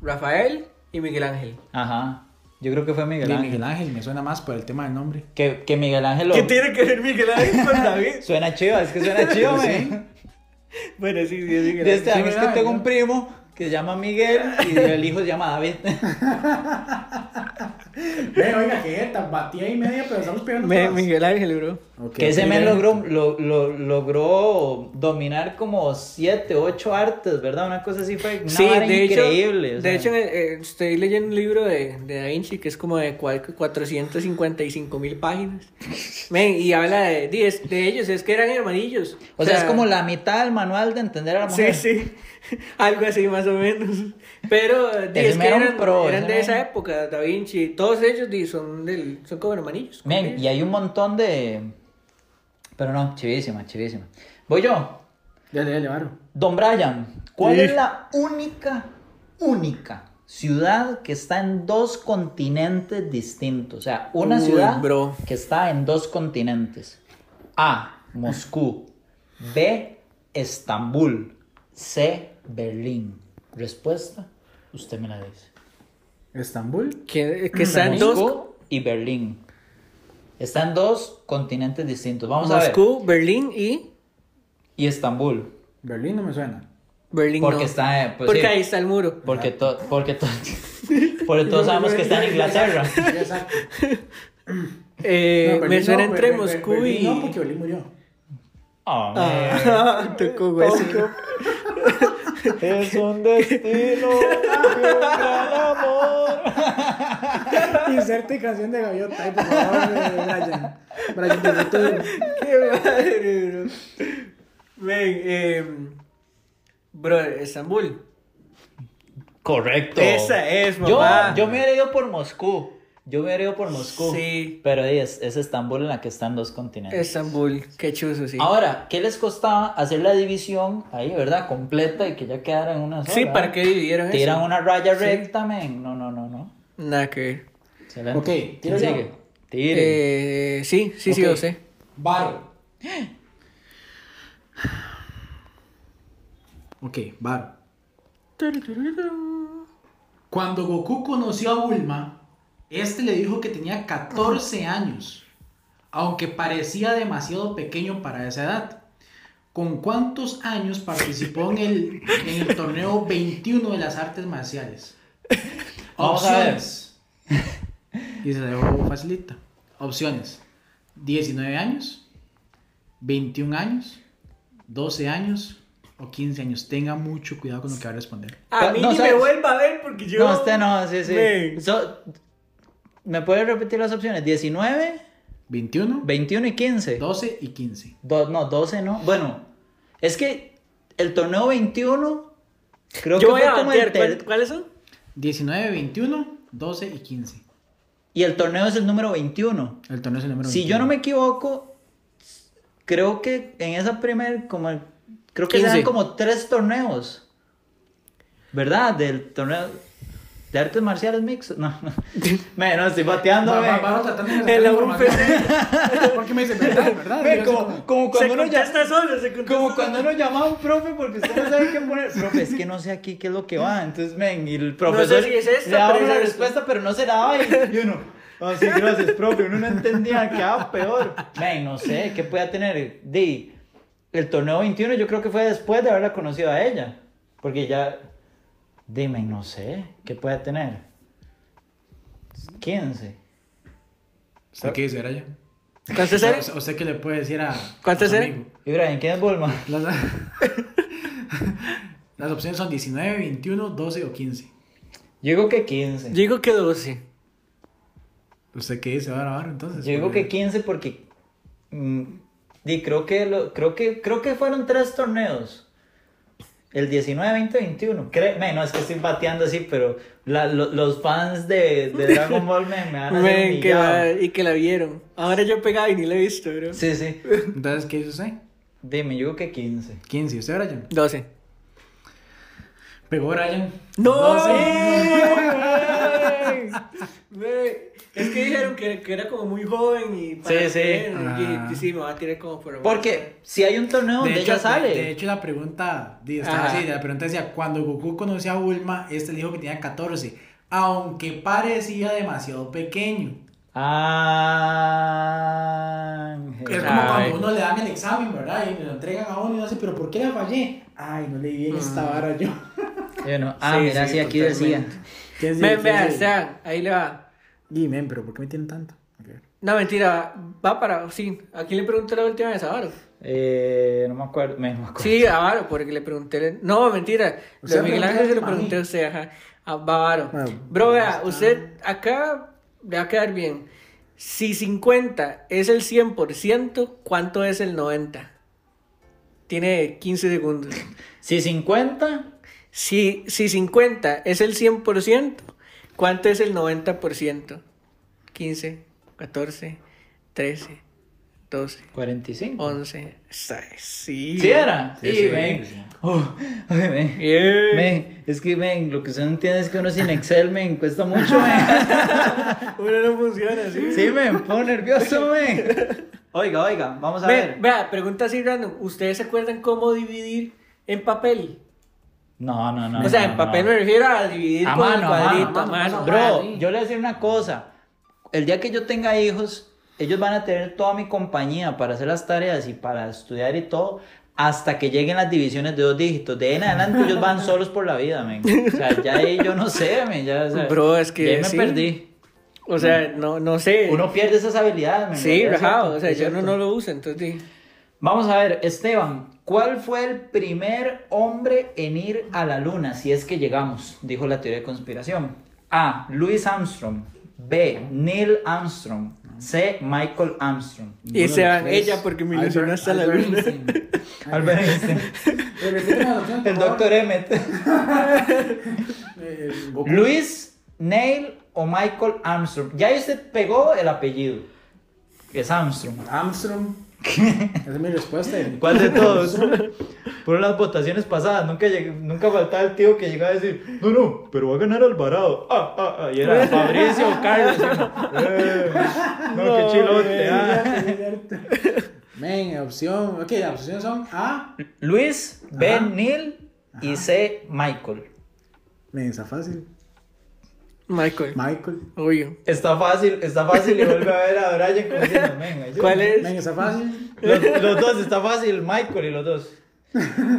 B: Rafael y Miguel Ángel.
D: Ajá. Yo creo que fue Miguel
E: Ni
D: Ángel.
E: Miguel Ángel me suena más por el tema del nombre.
D: Que, que Miguel Ángel lo-
B: ¿Qué tiene que ver Miguel Ángel con David? (laughs)
D: Suena chido, es que suena chido,
E: Sí.
D: men.
B: bueno, sí, sí, es Miguel
D: De este,
E: Sí,
D: a mí es que
E: ¿verdad?
D: tengo un primo que se llama Miguel y el hijo se llama David.
E: Ven, oiga, que tan batía y media, pero estamos pegando.
B: Me-
E: todas.
B: Miguel Ángel, bro.
E: Ok,
D: que ese
E: Miguel
D: men
E: Ángel.
D: logró, lo- lo- logró dominar como siete, ocho artes, ¿verdad? Una cosa así fue una
B: Sí,
D: vara
B: de hecho,
D: increíble. o
B: de
D: sea.
B: hecho eh, eh, estoy leyendo un libro de, de Da Vinci que es como de cua- 455 mil páginas. (laughs) Men, y habla de, di, es- de ellos, es que eran hermanillos.
D: o sea, es como la mitad del manual de entender a la
B: Sí,
D: mujer.
B: sí, (laughs) algo así más o menos. Pero eh, di,
D: Ese
B: es que
D: mero era un
B: eran,
D: pro,
B: eran
D: ese
B: de esa
D: mero.
B: época, Da Vinci, todos ellos di, son, del, son como hermanillos. como
D: Men,
B: ellos.
D: y hay un montón de... Pero no, chivísima, chivísima. Voy yo.
E: Dale, dale, Varo.
D: Don Brian, ¿cuál
B: Sí.
D: es la única, única ciudad que está en dos continentes distintos? O sea, una
B: Uy,
D: ciudad
B: bro.
D: que está en dos continentes. A, Moscú. B, Estambul. C, Berlín. Respuesta, usted me la dice.
E: Estambul.
B: que, que están dos,
D: Moscú y Berlín. Están dos continentes distintos. Vamos a ver.
B: Moscú, Berlín y
D: Y Estambul.
E: Berlín no me suena.
B: Berlín
D: Porque
B: no.
D: está... eh, pues
B: porque
D: sí.
B: ahí está el muro.
D: Porque, to- porque,
B: (laughs)
D: to- porque todos sabemos que está en Inglaterra.
E: Ya (laughs) exacto.
B: Eh,
E: No,
B: me
E: Berlín
B: suena
E: no,
B: entre
E: Ber- Ber-
B: Moscú
E: Berlín
B: y.
E: No, porque Berlín murió.
D: Oh,
B: (laughs) Ah, tocó hueso.
D: Es un destino
E: Inserte canción de gaviota, ahí, por favor, eh, Brian. Brian, te meto en-
B: (laughs) Qué madre, bro. Ven, eh. Bro, Estambul.
D: Correcto.
B: Esa es,
D: yo,
B: mamá.
D: yo me hubiera ido por Moscú. Yo me hubiera ido por Moscú.
B: Sí.
D: Pero ahí es, es Estambul en la que están dos continentes.
B: Estambul, qué chuzo, sí.
D: Ahora, ¿qué les costaba hacer la división ahí, verdad? Completa y que ya quedara en una sola.
B: sí, ¿para qué dividieron
D: Tiran
B: eso?
D: una raya
B: Sí.
D: recta, men. No, no, no, no.
B: Nada que ver.
D: Excelente.
E: Ok,
D: ¿Quién
E: tiro yo.
D: sigue? Tire.
B: Eh, sí, sí, sí,
E: Ok.
B: lo sé.
E: Varo. Ok, Varo. Cuando Goku conoció a Bulma, este le dijo que tenía 14 años, aunque parecía demasiado pequeño para esa edad. ¿Con cuántos años participó en el, en el torneo 21 de las artes marciales?
D: (laughs) Vamos a ver.
E: Opciones. Y se la dejo facilita. Opciones: 19 años, 21 años, 12 años o 15 años. Tenga mucho cuidado con lo que va a responder.
B: A
D: No,
B: mí
D: no
B: ni
D: sabes.
B: me vuelva a ver porque yo.
D: No, usted no, sí, sí.
B: Men.
D: So- ¿Me puede repetir las opciones? 19,
E: 21,
D: 21 y 15.
E: 12 y 15.
D: Do- no, 12 no. Bueno, es que el torneo 21 creo
B: Yo
D: que
B: voy
D: fue
B: a
D: como el
B: batear.
D: ter-
B: ¿cuál- ¿Cuáles son?
E: 19, 21, 12 y 15.
D: y el torneo es el número 21.
E: El torneo es el número
D: Si
E: 21.
D: yo no me equivoco, creo que en esa primer como el- creo que
B: 15.
D: eran como tres torneos. ¿Verdad? Del torneo de artes marciales mixtas. No, no. Me, no, estoy bateando.
E: Va-
D: me.
E: va- vamos tratando de
B: En la
E: sacar información. (laughs)
B: UFC.
E: ¿Por qué me dice verdad? ¿Verdad?
D: Me,
E: Yo sé
D: como, como cuando
B: se
D: uno ya
B: contesta solo, se contesta
D: Como
B: solo.
D: cuando uno llama a un profe porque usted no sabe qué poner. Profe, es que no sé aquí qué es lo que va. Entonces, men, y el profesor
B: si es esta,
D: le daba
B: pero
D: la
B: es-
D: respuesta, pero no se la daba. Y, y uno, "Ah, sí, gracias, profe. Uno no entendía, quedaba peor. Men, no sé, ¿qué pueda tener? Di, el torneo 21 yo creo que fue después de haberla conocido a ella. Porque ya, dime, no sé, ¿qué pueda tener? 15.
E: ¿Usted qué dice, Araya?
B: ¿Cuántos eran?
E: ¿Usted- ¿Usted qué le puede decir a.
B: ¿Cuántos
E: a su
B: eran?
E: amigo?
D: Ibrahim, ¿quién es Bulma?
E: Las, (laughs) las opciones son 19, 21, 12 o 15.
D: Yo digo que 15. Yo
B: Digo que 12.
E: ¿Usted qué dice ahora, ahora entonces?
D: digo
E: Porque-
D: que 15 porque. mm, di, creo que, lo- creo que creo que fueron tres torneos. El 19, 20, 21. Cre- me, no es que estoy bateando así, pero la- lo- los fans de, de Dragon Ball me, me van a hacer
B: Men, que
D: humillado.
B: la- y que la vieron. Ahora yo pegaba y ni la he visto, bro.
D: Sí, sí.
E: Entonces, ¿qué hizo usted?
D: Dime, yo digo que 15.
E: 15. ¿Usted, Brian?
B: 12.
E: Pegó Brian.
B: ¡No!
E: Doce.
B: (laughs) men, (laughs) men. Es que dijeron que, que era como muy joven y... para
D: Sí, sí.
B: hacer,
E: Ah.
B: Y, y sí, me va a tirar como por...
D: Porque si hay un torneo donde
E: De hecho,
D: ella sale.
E: de- de hecho, la pregunta di, estaba
B: Ajá.
E: así, la pregunta decía, cuando Goku conoció a Bulma, este le dijo que tenía 14, aunque parecía demasiado pequeño.
D: Ah,
E: Es como
B: Ay.
E: cuando uno le dan el examen, ¿verdad? Y me lo entregan a uno y uno dice, pero ¿por qué la fallé? Ay, no leí bien
B: Mm.
E: esta vara
B: (laughs)
E: yo.
D: Bueno, ah,
B: Sí,
D: mira,
B: sí,
D: sí, aquí
B: totalmente.
D: decía.
E: ¿Qué es
B: Men, vea, o sea, ahí le va.
E: Dime, pero ¿por qué me tienen tanto?
B: No, mentira, va para, sí, ¿a quién le pregunté la última vez? A Varo.
D: Eh, no me acuerdo. Me, me acuerdo.
B: Sí, a Varo, porque le pregunté, no, mentira,
E: O
B: lo
E: sea,
B: de Miguel
E: pregunté
B: Ángel se
E: a
B: lo
E: mí.
B: pregunté a usted, ajá, a va Varo.
E: Ah,
B: Bro, vea, usted acá le va a quedar bien. Si 50 es el 100%, ¿cuánto es el 90? Tiene 15 segundos.
D: Si 50,
B: Si, si 50 es el 100%, ¿cuánto es el 90%? 15, 14, 13, 12.
D: 45.
B: 11. Sa- Sí.
D: ¿Sí era?
E: Sí,
D: Sí,
E: sí.
D: ven. Uh, ay, ven.
B: Bien.
D: Ven, es que ven, lo que usted no entiende es que uno sin Excel me cuesta mucho,
B: (laughs)
D: men.
B: Uno no funciona así.
D: Sí, me pongo nervioso, men. Oiga, oiga, vamos a
B: Ve-
D: ver.
B: Vea, pregunta así random. ¿Ustedes se acuerdan cómo dividir en papel?
D: No, no, no.
B: o sea,
D: no,
B: en papel
D: no.
B: me refiero a dividir
D: A
B: con el
D: mano, a mano,
B: cuadrito,
E: a mano, a mano.
D: Bro,
E: Sí.
D: yo le voy a decir una cosa. El día que yo tenga hijos, ellos van a tener toda mi compañía para hacer las tareas y para estudiar y todo, hasta que lleguen las divisiones de dos dígitos. De ahí en adelante ellos van solos por la vida, men. O sea, ya ahí yo no sé, men. Ya, o sea,
B: Bro, es que
D: ya ahí me
B: sí.
D: perdí.
B: O sea, no, no sé.
D: Uno pierde esas habilidades, men.
B: sí,
D: Es
B: rajado.
D: cierto,
B: O sea,
D: es
B: yo no,
D: cierto.
B: no lo uso, entonces sí.
D: Vamos a ver, Esteban, ¿cuál fue el primer hombre en ir a la luna si es que llegamos? Dijo la teoría de conspiración. A. Louis Armstrong. B. Neil Armstrong. C. Michael Armstrong.
B: Y se van
D: pues,
B: ella porque me ilusionó
E: ilusionó
B: hasta la luna.
D: Albert Einstein. El doctor Emmett. Luis, Neil o Michael Armstrong. Ya ahí usted pegó el apellido. Es Armstrong. (laughs)
E: Armstrong. Esa es mi respuesta. (laughs)
D: ¿Cuál (laughs) de todos? Fueron las votaciones pasadas. Nunca, llegué- nunca faltaba el tío que llegaba a decir, no, no, pero va a ganar Alvarado. Ah, ah, ah. Y (laughs) era Fabricio Carlos. y uno, "Eh, (laughs) no, qué chilote. ah". (laughs)
E: Men, opción. Ok, las opciones son A.
D: eh. Luis, B.
E: Ajá.
D: Neil y C. Michael.
E: Men, está fácil.
B: (laughs) Michael.
E: Michael.
B: Obvio.
D: Está fácil, está fácil. Y vuelve a ver a Brian como diciendo, "Men, ahí sí".
B: ¿Cuál es?
E: Men, está fácil.
D: Los, los dos, está fácil, Michael y los dos.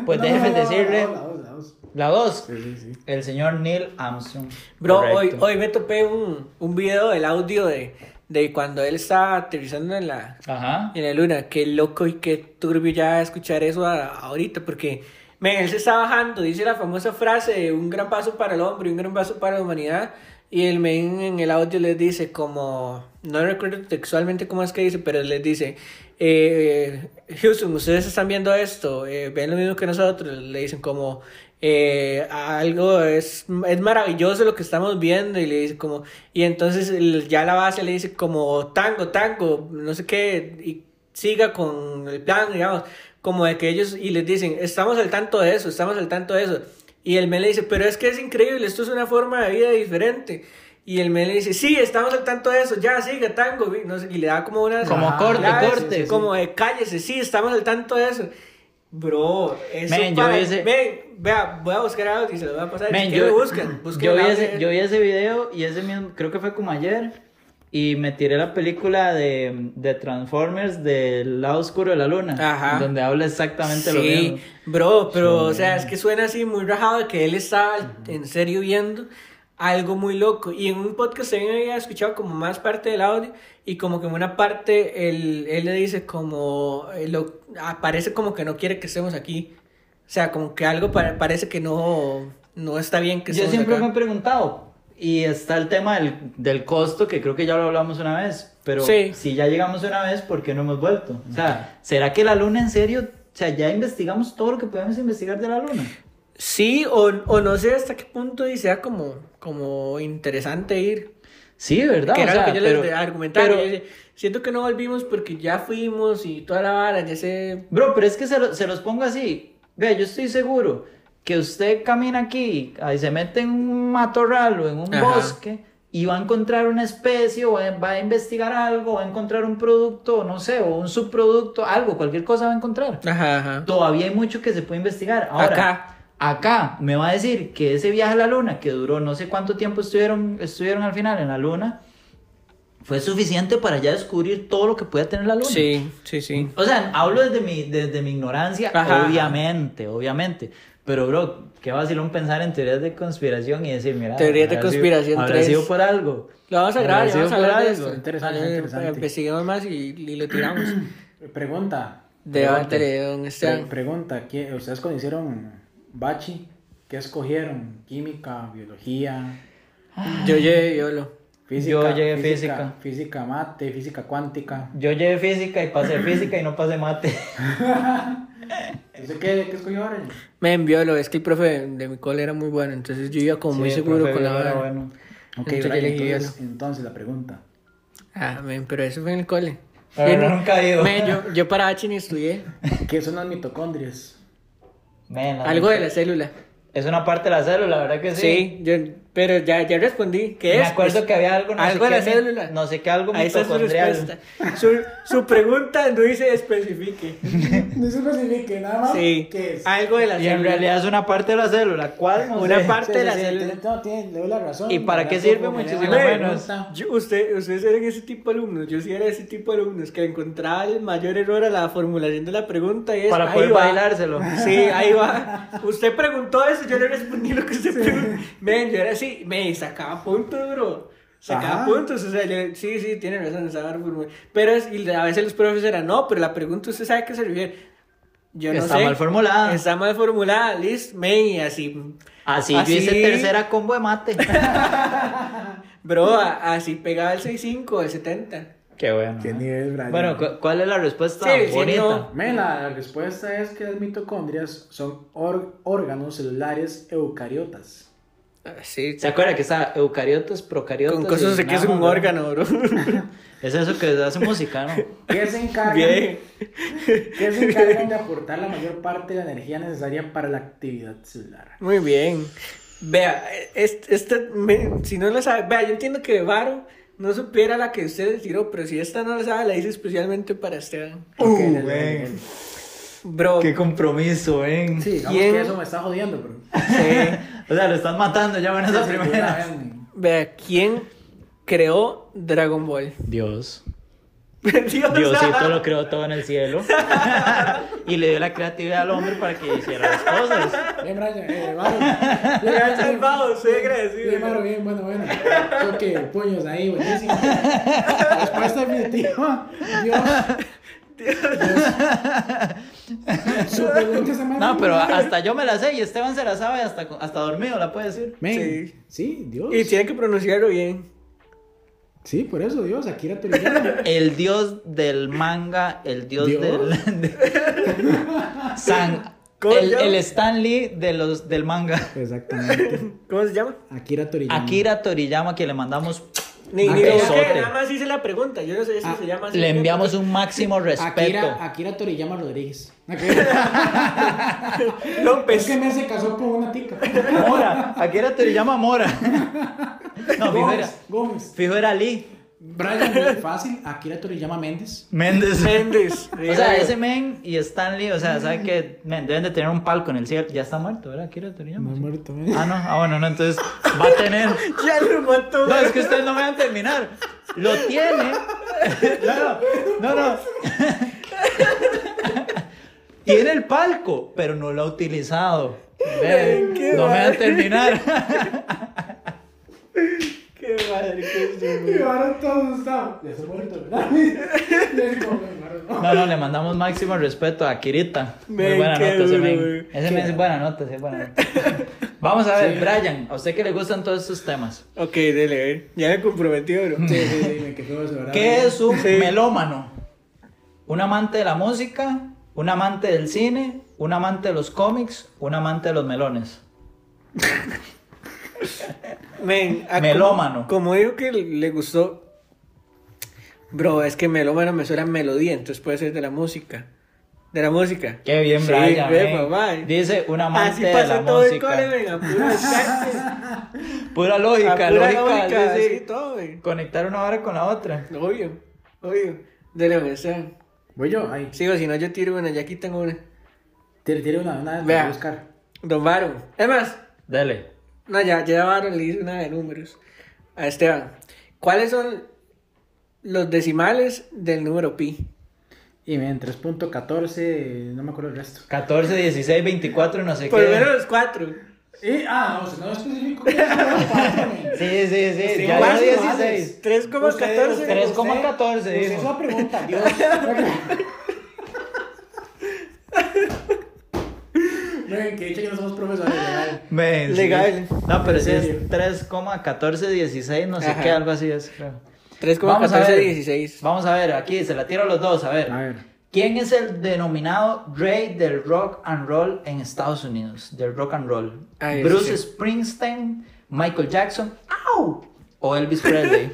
D: Pues déjenme decirle,
E: La dos, la dos.
D: la dos,
E: Sí, sí, sí.
D: el señor Neil Armstrong.
B: Bro, hoy,
D: Correcto.
B: hoy me topé un, un video del audio de, de cuando él estaba aterrizando en la,
D: Ajá.
B: En la luna, qué loco y qué turbio ya escuchar eso a- ahorita, porque men, él se está bajando, dice la famosa frase de un gran paso para el hombre y un gran paso para la humanidad, y el men en el audio les dice como, no recuerdo textualmente cómo es que dice, pero les dice, eh, Houston, ustedes están viendo esto, eh, ven lo mismo que nosotros, le dicen como, eh, algo es, es maravilloso lo que estamos viendo y le dice como y entonces el- ya la base le dice como tango tango no sé qué y siga con el plan digamos como de que ellos y les dicen estamos al tanto de eso estamos al tanto de eso y el men le dice pero es que es increíble esto es una forma de vida diferente y el men le dice sí estamos al tanto de eso ya siga tango y, no sé, y le da como una
D: Como corte, corte, sí.
B: como de cállese sí estamos al tanto de eso Bro, eso
D: Men, yo
B: para...
D: hubiese-
B: Men, vea, voy a buscar algo y se lo voy a pasar.
D: Men,
B: si
D: yo,
B: yo, lo buscan, busquen
D: yo, vi
B: el audio.
D: ese, yo vi ese video y ese mismo, creo que fue como ayer, y me tiré la película de, de Transformers del lado oscuro de la luna,
B: Ajá.
D: donde habla exactamente lo mismo.
B: Sí, bro, pero o sea, es que suena así muy rajado que él estaba en serio viendo algo muy loco. Y en un podcast también había escuchado como más parte del audio y como que en una parte él, él le dice como, eh, lo, aparece como que no quiere que estemos aquí. O sea, como que algo pa- parece que no, no está bien que
D: Yo
B: estemos
D: siempre
B: acá.
D: me he preguntado, y está el tema del, del costo, que creo que ya lo hablamos una vez, pero
B: Sí.
D: si ya llegamos una vez, ¿por qué no hemos vuelto? O sea, ¿será que la luna en serio, o sea, ya investigamos todo lo que podemos investigar de la luna?
B: Sí, o, o no sé hasta qué punto y sea como, como interesante ir.
D: Sí, ¿verdad?
B: que
D: O
B: era
D: sea,
B: lo que yo les
D: pero-
B: argumentaba.
D: pero-
B: yo decía, siento que no volvimos porque ya fuimos y toda la vara, ya sé.
D: Bro, pero es que se, lo- se los pongo así. Vea, yo estoy seguro que usted camina aquí ahí se mete en un matorral o en un
B: Ajá.
D: bosque y va a encontrar una especie o va va a investigar algo, va a encontrar un producto, no sé, o un subproducto, algo, cualquier cosa va a encontrar.
B: Ajá, ajá.
D: Todavía hay mucho que se puede investigar. Ahora,
B: Acá.
D: acá me va a decir que ese viaje a la luna, que duró no sé cuánto tiempo estuvieron, estuvieron al final en la luna, fue suficiente para ya descubrir todo lo que puede tener la luna.
B: Sí, sí, sí.
D: O sea, hablo desde mi, desde mi ignorancia,
B: Ajá.
D: obviamente, obviamente. Pero, bro, qué vacilón pensar en teorías de conspiración y decir, mira...
B: Teorías de
D: habrá sido-
B: conspiración
D: Habrá
B: tres.
D: sido por algo.
B: Lo vamos a
D: Habrá
B: grabar, ya
D: sido
B: vamos a
D: por
B: hablar de
D: algo.
B: esto.
E: Interesante,
B: Vale,
E: interesante.
B: Investiguemos más y, y lo
D: (clears throat)
B: tiramos.
E: Pregunta.
B: Debate
E: pregunta.
B: de Don
E: Pre-
B: Esteban.
E: Pregunta, ¿qué- ¿ustedes conocieron Bachi? ¿Qué escogieron? ¿Química, biología,
B: Ah. Yo llevé violo.
E: física?
D: Yo llegué
E: Física,
D: física.
E: física mate, física cuántica.
D: Yo llevé física y pasé física y no pasé
B: (laughs)
D: mate.
E: Entonces, ¿qué, qué escogió Aren?
B: Me envió lo, es que el profe de, de mi cole era muy bueno, entonces yo iba como muy
D: Sí,
B: seguro
D: profe,
B: con la
D: era
B: vara.
D: bueno.
E: Ok,
B: Entonces,
E: Brian,
B: yo elegí
E: entonces, entonces la pregunta.
B: Ah, men, pero eso fue en el cole.
D: La
B: Yo
D: verdad,
B: ni-
D: nunca he ido.
B: Men, yo, yo para H ni estudié.
E: ¿Qué son las mitocondrias? (laughs)
D: Men, la-
B: Algo de la célula.
D: Es una parte de la célula, la verdad que Ah, sí.
B: Sí, yo, pero ya, ya respondí. ¿Qué
D: Me
B: es? pues,
D: acuerdo
B: Es-
D: que había algo, no sé
B: algo de
D: qué
B: la
D: mi-
B: célula.
D: no sé qué algo
B: Ahí está su
D: mitocondrial.
B: respuesta. Su, su pregunta no dice especifique.
E: No se especifique, nada más.
B: Sí, algo de la
D: Y
B: célula.
D: en realidad es una parte de la célula. ¿Cuál? No
B: Una
D: sé.
B: parte- de la célula.
E: No, tiene, le doy la razón.
D: ¿Y para qué
E: Gracias
D: sirve?
E: por poner
D: Muchísimo
E: la
B: Men,
D: menos.
E: pregunta.
B: yo- usted, ustedes eran ese tipo de alumnos. Yo sí era ese tipo de alumnos que encontraba el mayor error a la formulación de la pregunta y es
D: Para
B: ahí
D: poder
B: va.
D: bailárselo.
B: Sí, ahí va. Usted preguntó eso, yo le respondí lo que usted preguntó. Men, yo era así, me sacaba puntos, bro. Sacaba
E: Ajá.
B: puntos, o sea, yo, sí, sí, tiene razón, estaba formul- Pero es- y a veces los profes eran, no, pero la pregunta usted sabe a qué se refiere. Yo no
D: Está
B: sé.
D: mal formulada.
B: Está mal formulada, Liz, men, y así.
D: Así, yo hice tercera combo de
B: (laughs)
D: mate.
B: Bro, a- así pegaba el 6.5, el 70.
D: Qué bueno.
E: Qué
D: ¿eh?
E: nivel, Brian.
D: Bueno, cu- ¿cuál es la respuesta
B: Sí, sí,
D: bonita?
B: no.
E: Men, la respuesta es que las mitocondrias son or- órganos celulares eucariotas.
B: Ah, Sí,
D: ¿Se acuerda que está eucariotas, procariotas?
B: con cosas
D: y
B: que es un
D: nada,
B: órgano, bro. (laughs)
D: Es eso que hace música, ¿no?
E: Que se encargan,
B: Bien.
E: (laughs) que se encargan de aportar la mayor parte de la energía necesaria para la actividad celular.
B: Muy bien. Vea, este, este- me- si no lo sabe, vea, yo entiendo que Varo no supiera la que usted le tiró, pero si esta no la sabe, la hice especialmente para Esteban.
E: Ok,
D: Uh,
E: nivel,
D: ven.
E: nivel.
B: (laughs) Bro,
D: compromiso, ¿eh?
E: Sí, digamos
B: ¿Quién?
E: que
B: (laughs)
E: eso me está jodiendo, (laughs) pero.
D: O sea, lo están matando ya van esa primera.
B: vea, ¿quién creó Dragon Ball? (laughs)
D: Dios.
B: Dios,
D: Diosito lo creó todo en el cielo. (laughs) y le dio la creatividad al hombre para que hiciera las cosas.
E: Bien, Brian, eh,
B: (laughs)
E: Mario. Bien, Brian,
B: salvado, soy agradecido.
E: Bien, Mario, bien, bueno, bueno. Choque de puños ahí, buenísimo. Respuesta definitiva. Dios. Dios. Su pregunta está mal.
D: No, pero ah. hasta yo me la sé y Esteban se la sabe hasta, hasta dormido, la puede decir.
E: Men,
B: Sí.
E: sí. Dios.
B: Y tiene que pronunciarlo bien.
E: Sí, por eso, Dios, Akira Toriyama.
D: El dios del manga, el dios,
E: ¿Dios?
D: del. (laughs) de- San.
B: ¿Cómo se
D: El,
B: llama?
D: el Stan Lee de los, del manga.
E: Exactamente.
B: ¿Cómo se llama?
E: Akira Toriyama.
D: Akira Toriyama, que le mandamos.
B: Ni,
E: Ah,
B: ni lo
D: besote.
B: que nada más hice la pregunta. Yo no sé si
E: Ah,
B: se llama así.
D: Le enviamos un máximo respeto.
E: Akira, Akira Toriyama Rodríguez. Es
B: (laughs) López.
E: que me se casó con una tica.
D: Mora. Akira Toriyama
E: (laughs)
D: Mora. No, fijo era,
E: Gómez. Gómez.
D: fijo era Lee
E: Brian, muy fácil. Akira Toriyama Méndez.
D: Méndez.
B: Méndez.
D: (laughs) O sea, ese men y Stan Lee, o sea, saben que men, deben de tener un palco en el cielo. Ya está muerto, ¿verdad? Akira Toriyama.
E: No
D: sí.
E: muerto, eh.
D: Ah, no, ah, bueno, no, entonces va a tener.
B: Ya lo mató.
D: No, es que ustedes no me van a terminar. Lo tiene. No, no, no. no. Tiene el palco, pero no lo ha utilizado. Ven,
B: Qué
D: no me van
B: mal.
D: a terminar.
B: Qué madre, qué
E: Y ahora todos estamos. Ya se muerto, (laughs) ¿verdad? Ya es como, hermano.
D: No, no, le mandamos máximo respeto a Kirita. Muy
B: Men,
D: buena
B: qué
D: nota ese
B: duro,
D: men.
B: güey.
D: Ese men es buena nota, sí, es buena nota. Vamos a ver, Brian, a usted que le gustan todos estos temas.
B: Ok, dele, a ver. Ya me comprometí, bro.
D: Mm.
E: Sí, sí, sí, me quedó eso, ¿verdad?
D: ¿Qué es un melómano? ¿Un amante de la música? un amante del cine, un amante de los cómics, un amante de los melones.
B: Men, a-
D: Melómano.
B: Como, como digo que le gustó. Bro, es que melómano me suena a melodía, entonces puede ser de la música. De la música.
D: Qué bien,
B: Sí,
D: Brian.
B: ve,
D: men.
B: papá.
D: Dice un
B: Así
D: amante de
B: pasa
D: la
B: todo el cole,
D: música.
B: men,
D: (laughs)
B: a puro descarte,
D: Pura
B: a
D: lógica,
B: pura
D: lógica.
B: lógica,
D: dice,
B: sí, todo, men.
D: Conectar una hora con la otra.
B: Obvio, obvio. Dele, men, sea.
E: Voy yo, ahí.
B: Sigo, si no, yo tiro una, ya aquí tengo una.
E: Tire, tire una, una,
B: Vea.
E: para buscar.
B: Don Baron. Es más,
D: Dale.
B: No, ya, ya Baron le hizo una de números. A Esteban, ¿cuáles son los decimales del número pi?
E: Y ven, 3.14, no me acuerdo el resto.
D: 14, 16, 24, no sé
B: Por
D: qué.
B: lo menos los cuatro.
E: Y, ah, no, no (laughs) específico. Ustedes
D: Sí, sí, sí.
E: Sí,
D: ya
E: más
D: dio
E: iguales.
D: 16.
B: 3,14.
D: ustedes-
E: usted-
D: 3,14
E: usted
D: dijo.
E: hizo la
D: (laughs)
E: pregunta, Dios. Ven, que dicho que no somos profesores. ¿verdad?
D: Men, sí.
B: Legal.
D: No, pero sí es
E: serio.
D: 3,1416, no sé
B: Ajá.
D: qué, algo así es. creo. Vamos a
B: 3,14,
D: ver.
B: 16.
D: Vamos a ver, aquí se la tiro a los dos, a ver.
E: A ver.
D: ¿Quién es el denominado rey del rock and roll en Estados Unidos? Del rock and roll.
B: Ah, ese
D: Bruce
B: sí.
D: Springsteen, Michael Jackson, ¡au! O Elvis (laughs) Presley.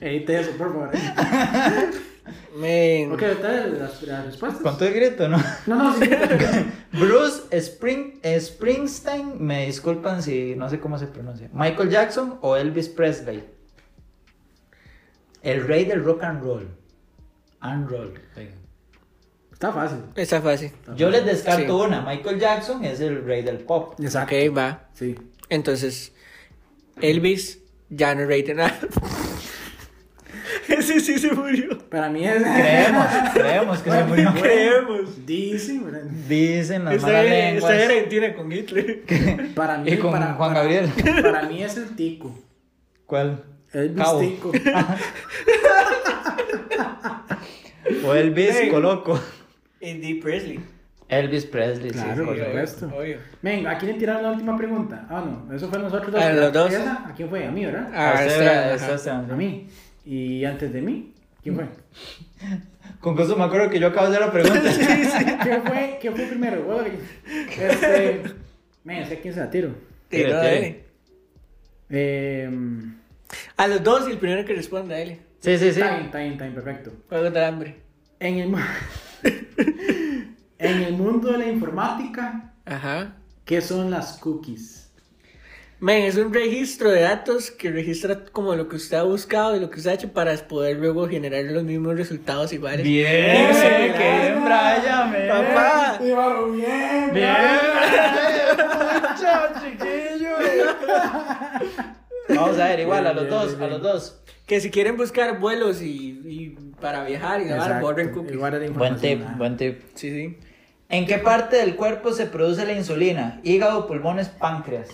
E: Edite eso, por favor.
B: Men.
E: Ok, ahorita las, las respuestas.
D: Con todo el grito, ¿no? (laughs)
E: No, no, sí. (laughs)
D: Bruce Spring, Springsteen, me disculpan si no sé cómo se pronuncia. Michael Jackson o Elvis Presley. El rey del rock and roll. And roll.
E: Está fácil.
B: Está fácil.
D: Yo les descarto
B: Sí.
D: una. Michael Jackson es el rey del pop.
B: Ok,
E: Exacto.
B: va.
E: Sí.
B: Entonces, Elvis ya no rey de nada. (laughs) Ese sí se murió.
E: Para mí es. (laughs)
D: (laughs) Creemos, creemos que se murió.
B: creemos.
E: Dicen, ¿verdad?
D: Dicen las
B: Está
D: malas
B: en está en
D: lenguas.
B: Argentina con Hitler.
E: Para mí,
D: Y con
E: para,
D: Juan
E: para-
D: Gabriel.
E: Para mí es el tico.
D: ¿Cuál?
E: El
D: Cabo.
E: tico.
D: O Elvis
B: Ey.
D: Coloco.
B: Indy Presley.
D: Elvis Presley,
E: Claro,
D: sí.
E: por
D: correcto.
E: supuesto.
B: obvio.
E: Venga, ¿a quién le tiraron la última pregunta? Ah, no, eso fue a nosotros dos.
B: A los dos.
E: ¿Esa? ¿A quién fue? A mí, ¿verdad?
B: Ah,
D: A usted,
B: Esteban,
D: a
B: ajá.
D: usted, Esteban.
E: A mí. ¿Y antes de mí? ¿Quién
D: (laughs)
E: fue?
D: Con eso me acuerdo que yo acabo de hacer la pregunta.
E: ¿Quién fue? ¿Quién fue primero? Bueno, Este. Men, sé quién se la tiro.
B: Tiro,
D: Tire,
B: dale.
D: tire.
E: Eh,
B: A los dos y el primero que responda, dale.
D: Sí, sí, sí.
E: Está bien, está bien, está bien, perfecto.
B: Juego de hambre.
E: En el, mu- (laughs) en el mundo de la informática,
B: Ajá.
E: ¿qué son las cookies?
B: Men, es un registro de datos que registra como lo que usted ha buscado y lo que usted ha hecho para poder luego generar los mismos resultados iguales.
D: Bien,
B: Sí,
D: qué
B: claro.
D: bien, Brian, bien.
B: Papá.
E: bien!
D: Bien, Brian. Chao, chiquillo. Vamos a ver, igual a los
E: Bien, bien,
D: dos, a
E: bien.
D: los dos.
B: Que si quieren buscar vuelos y, y para viajar y grabar, borren cookies.
D: Buen tip, buen tip.
B: Sí, sí.
D: ¿En qué parte del cuerpo se produce la insulina? Hígado, pulmones, páncreas.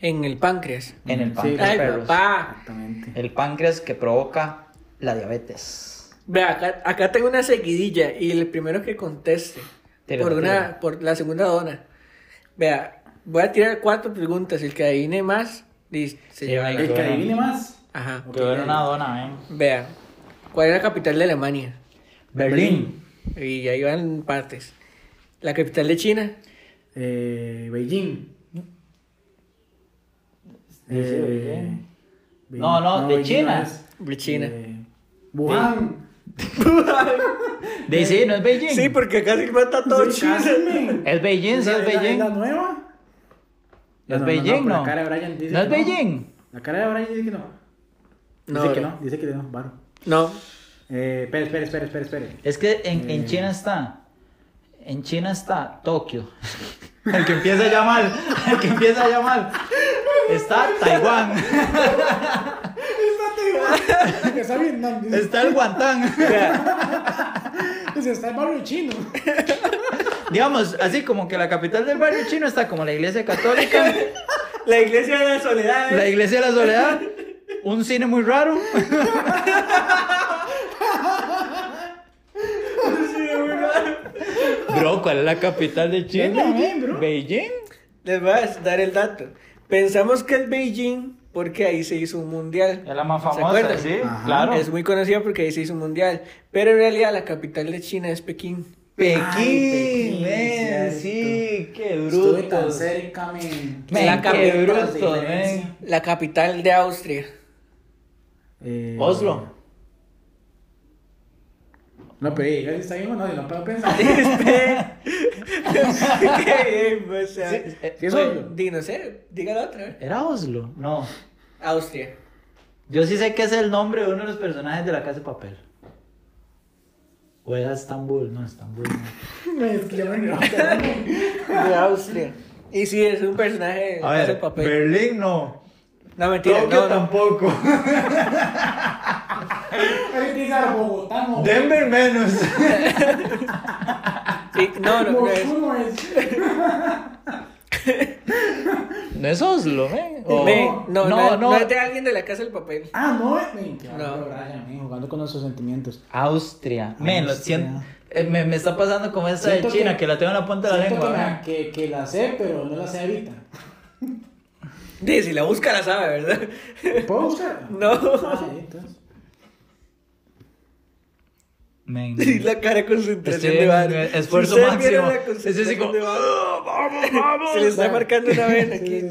B: En el páncreas.
D: En el
E: Sí,
D: páncreas,
B: Ay,
D: perros.
B: papá.
E: Exactamente.
D: El páncreas que provoca la diabetes.
B: Ve, acá, acá tengo una seguidilla y el primero que conteste
D: Tira,
B: por, una,
D: tira.
B: por la segunda dona. Vea, voy a tirar cuatro preguntas. El que adivine más di- se
D: Sí,
B: lleva
D: vale.
B: ahí.
E: El que adivine más.
B: Ajá.
D: Que era una dona, ¿eh?
B: Vea, ¿cuál es la capital de Alemania?
D: Berlín.
B: Y ahí van partes. La capital de China.
E: Eh, Beijing.
D: Dice
E: Eh,
D: Beijing.
E: Beijing.
D: No, no, de
E: Beijing
D: China.
E: es.
B: De China.
E: Eh, Wuhan.
D: De sí, no es Beijing.
B: Sí, porque casi mata todo
E: Sí,
B: China.
E: casi, men.
D: Es Beijing, sí,
E: ¿Esa
D: es
E: la-
D: Beijing.
E: ¿La nueva?
D: No es Beijing,
E: pero
D: no.
E: La cara de Brian dice
D: ¿No
E: que
D: es Beijing?
E: La cara de Brian dice que no. Dice
B: No,
E: que
B: no.
E: no, dice que no, varo.
B: No.
E: Eh, espere, espere, espere, espere, espere. (laughs)
D: Es que en, en China está. En China está Tokio. (laughs) El que empieza ya mal. El que empieza ya mal. Está Taiwán.
E: Que está Vietnam, dice,
D: Está el Guantán.
B: Vea,
E: dice, está el barrio chino.
D: Digamos, así como que la capital del barrio chino está como la iglesia católica,
B: la iglesia de la soledad.
D: la iglesia de la
E: (laughs)
D: soledad, un cine muy raro. Bro, ¿cuál es la capital de China?
E: Es Beijing,
D: eh?
E: bro.
D: ¿Beijing?
B: Les voy a dar el dato. Pensamos que es Beijing porque ahí se hizo un mundial.
D: Es la más
B: ¿Se
D: famosa,
B: acuerdan?
D: sí,
E: Ajá.
D: claro.
B: Es muy conocida porque ahí se hizo un mundial. Pero en realidad la capital de China es Pekín.
D: Pekín,
E: Pekín,
D: men, sí, qué bruto.
E: Estuve tan cerca, men.
D: Men,
B: La
D: qué
B: cambiaron
E: las
D: bruto,
E: diferencias.
D: men.
B: La capital de Austria. (laughs)
E: Eh,
D: Oslo.
E: No, pero ey, ¿está bien o no? No puedo
D: (laughs)
E: pensar.
B: Qué bien, o sea,
D: Sí, eh,
E: sí,
B: fue-
E: Oslo.
B: di, no sé, dígalo otra vez.
D: ¿Era Oslo? No.
B: Austria.
D: Yo sí sé que es el nombre de uno de los personajes de la casa de papel. O era Estambul, no, Estambul. no.
E: Es que yo me engrabo.
B: De Austria. Y sí, es un personaje de
D: A
B: Casa de
D: ver,
B: papel.
D: Berlín no.
B: No, mentira,
D: Tokio
B: no, no.
D: tampoco.
E: Hay que pisar Bogotá, no.
D: Denver menos.
B: Sí, no, no, no es.
E: Moscú es.
D: No es Oslo, ¿eh?
B: Ve,
E: No,
B: no, no, no, es de alguien de la Casa del Papel.
E: Ah, no, es. men, qué
B: No.
E: bárbaro, Brian, men, jugando con nuestros sentimientos.
D: Austria. Men, lo
E: Austria.
D: siento- eh, me, me está pasando como esta de
E: Siento
D: China, que,
E: que-
D: la tengo en la punta de la
E: Siento
D: lengua.
E: que,
D: ¿eh?
E: me- que, que la sé, pero no la sé ahorita.
B: Di, si la busca la sabe, ¿verdad? (laughs)
E: ¿Puedo buscarla?
B: No.
E: Ah, sí, entonces.
D: Men.
B: Sí, la cara de
D: Estoy
B: concentración
D: en
B: de Bar.
D: esfuerzo
B: Si ustedes vieran
D: máximo.
B: la
D: Es
B: concentración
D: así como,
B: de Bar,
D: "Ah, vamos, vamos.
B: (laughs) se le está
E: claro.
B: marcando una vena aquí.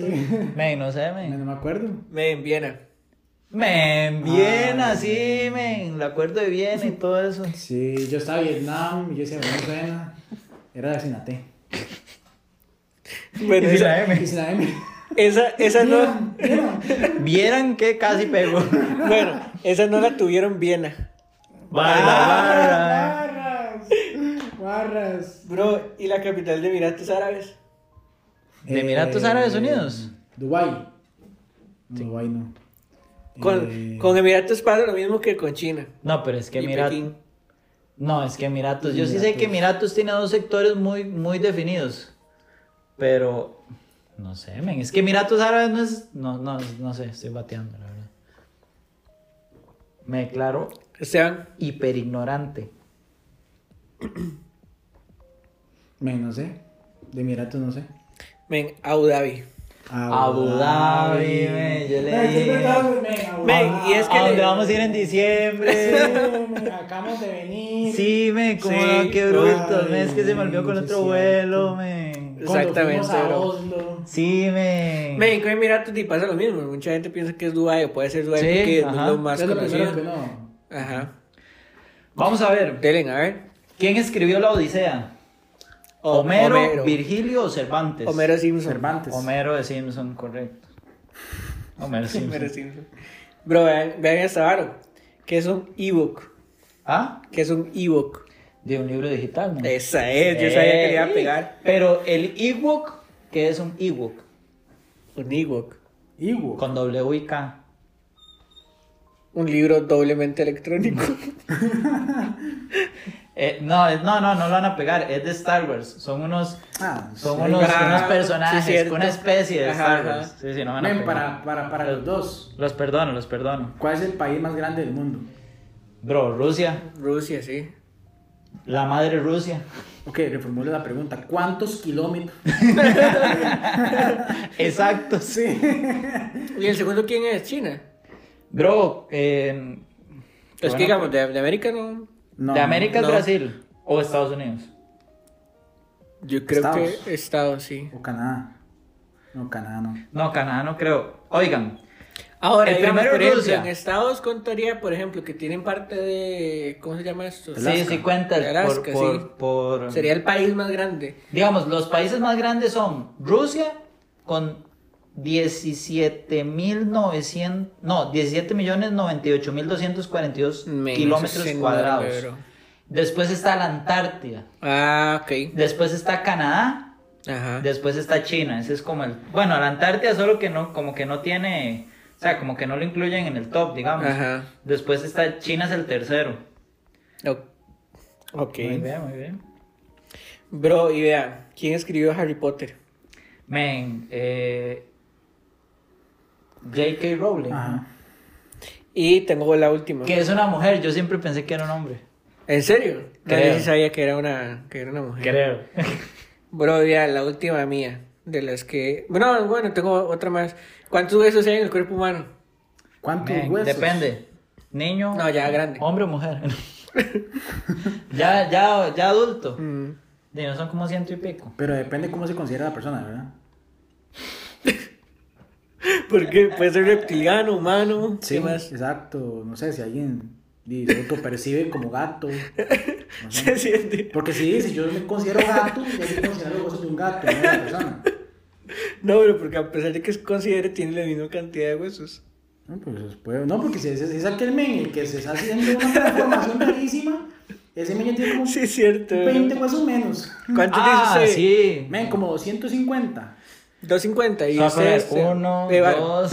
D: Men, no sé,
E: Men,
D: men.
E: No me acuerdo.
B: Men, Viena.
D: (laughs) Men, Viena,
E: Ay,
D: sí, men. El acuerdo de Viena y todo
E: (laughs)
D: eso.
E: Sí, yo estaba en Vietnam y yo decía, bueno, suena. Era de Sinate.
B: Bueno,
D: Y si
B: esa,
D: la M.
E: Y Sinate. (laughs)
B: esa, esa no.
D: Vieran que casi pegó.
B: Bueno, esa no la tuvieron Viena.
D: Barra, (laughs)
E: eh.
D: barra.
E: Ah, Barras. Barras.
B: Bro, ¿y la capital de Emiratos Árabes?
D: ¿De Emiratos Árabes Unidos?
E: Eh, Dubái. No, Dubái no.
B: Con,
E: Eh,
B: con Em- Emiratos pasa lo mismo que con China.
D: No, pero es que
B: y
D: mira.
B: Pekín.
D: No, es que Emiratos. Pues Yo sí sé
E: Emiratos.
D: que Emiratos tiene dos sectores muy, muy definidos. Pero. No sé, men. Es que Emiratos Árabes no es. No, no, no sé, estoy bateando, la verdad. Me declaro
B: Esteban,
D: hiperignorante.
E: men, no sé. De Emiratos no sé.
B: men, Abu Dhabi.
D: Abu Dhabi, men, yo le
E: Men,
D: dije.
E: siempre estamos, men, Abu
B: Men, y es
E: Dhabi.
B: que
D: ¿A dónde
B: le-
D: vamos a ir
E: (laughs)
D: en
B: (laughs)
D: diciembre?
E: Men, acabamos de venir.
D: Sí, men, como
B: Sí.
D: no, qué bruto.
E: Ay,
D: men, es que se me olvidó con
E: sí,
D: otro
E: cierto.
D: vuelo, men.
E: Cuando
B: Exactamente,
E: fuimos a
B: bro.
E: Oslo.
D: Sí, men.
B: Men, con Emiratos y pasa lo mismo. Mucha gente piensa que es Dubái o puede ser Dubái
D: Sí,
B: porque
D: ajá.
B: es lo más
E: Es lo primero
B: conocido.
E: que no.
B: Ajá.
D: Vamos a ver.
B: Delen, a ver.
D: ¿Quién escribió la Odisea?
B: O-
D: Homero, Virgilio o Cervantes.
B: Homero Simpson.
E: Cervantes.
D: Homero de Simpson, correcto. Homero Simpson.
B: (laughs) Homero Simpson. Bro, vean, vean esta varo. Que es un ebook.
D: Ah,
B: Que es un ebook.
D: de un libro digital, ¿no?
B: Esa es, yo sabía que le iba a
D: Ey,
B: pegar.
D: Pero el ebook, que es un ebook,
B: Un ebook.
E: Iwo.
D: con W y K.
B: Un libro doblemente electrónico.
D: Eh, no, es- no, no, no lo van a pegar, es de Star Wars. Son unos,
E: Ah,
D: son
E: sí.
D: unos,
B: claro,
D: unos
B: sí,
D: personajes,
B: cierto.
D: una especie de
B: Ajá,
D: Star
B: ajá.
D: Wars. Sí, sí, no van a
E: Men,
D: pegar.
E: para, para, para los dos.
D: Los perdono, los perdono.
E: ¿Cuál es el país más grande del mundo?
D: Bro, Rusia,
B: Rusia, sí.
D: la madre
B: (laughs)
D: Rusia.
E: Ok, reformulo la pregunta. ¿Cuántos
D: (laughs)
E: kilómetros?
D: Exacto.
B: ¿Y el segundo quién es? China.
D: Bro, eh,
B: Es
D: bueno,
B: que digamos, de, de América no.
E: No,
D: de América es
B: no.
D: Brasil o Estados Unidos.
B: Yo creo
E: Estados.
B: que Estados, sí.
E: O Canadá. No, Canadá no.
D: No, Canadá no creo. Oigan,
B: Ahora,
D: El
B: digamos,
D: primero
B: por
D: es
B: ejemplo,
D: Rusia.
B: en Estados contaría, por ejemplo, que tienen parte de. ¿Cómo se llama esto?
D: sí, sí cuenta
B: De Alaska,
D: por, por,
B: sí.
D: por- um,
B: Sería el país más grande.
D: Digamos, los países más grandes son Rusia con 17.900, no, 17 millones 98.242
B: Men, eso
D: kilómetros
B: es enorme,
D: cuadrados.
B: bro.
D: Después está la Antártida.
B: Ah, ok.
D: Después está Canadá.
B: Ajá.
D: Después está China, ese es como el... Bueno, la Antártida solo que no, como que no tiene... O sea, como que no lo incluyen en el top, digamos.
B: Ajá.
D: Después está China es el tercero.
B: O- ok.
D: Muy bien, muy bien.
B: Bro, y vea, ¿quién escribió Harry Potter?
D: Men, eh... J.K. Rowling.
E: Ajá.
B: Y tengo la última.
D: Que es una mujer, yo siempre pensé que era un hombre.
B: ¿En serio? No,
D: Creo.
B: yo sí sabía que era una, que era una mujer.
D: Creo.
B: Bro, ya, la última mía. De las que. Bueno, bueno, tengo otra más. ¿Cuántos huesos hay en el cuerpo humano?
E: ¿Cuántos
D: Men,
E: huesos?
D: depende. Niño.
B: No, ya grande.
D: Hombre o mujer. (laughs) Ya, ya, ya adulto.
B: Mm.
D: Y no son como ciento y pico.
E: Pero depende cómo se considera la persona, ¿verdad?
B: Porque puede ser reptiliano, humano,
D: (laughs)
B: ¿qué más?
E: exacto. No sé si alguien di, se autopercibe como gato. no sé.
B: Se siente.
E: Porque sí, si yo me considero gato, yo me considero cosas de un gato, no de una persona.
B: No, pero porque a pesar de que se considere, tiene la misma cantidad de huesos.
E: No, pues, puede- no, porque si es, si es aquel men el que se está haciendo una transformación rarísima, ese men ya tiene como
B: Sí, es cierto.
E: 20 pesos menos.
B: ¿Cuántos
D: Ah,
B: dice usted?
D: sí.
E: Men, como 250.
B: 250 y
D: O sea,
B: usted,
D: fue
B: este,
D: uno,
B: eh, va- (laughs)
D: dos.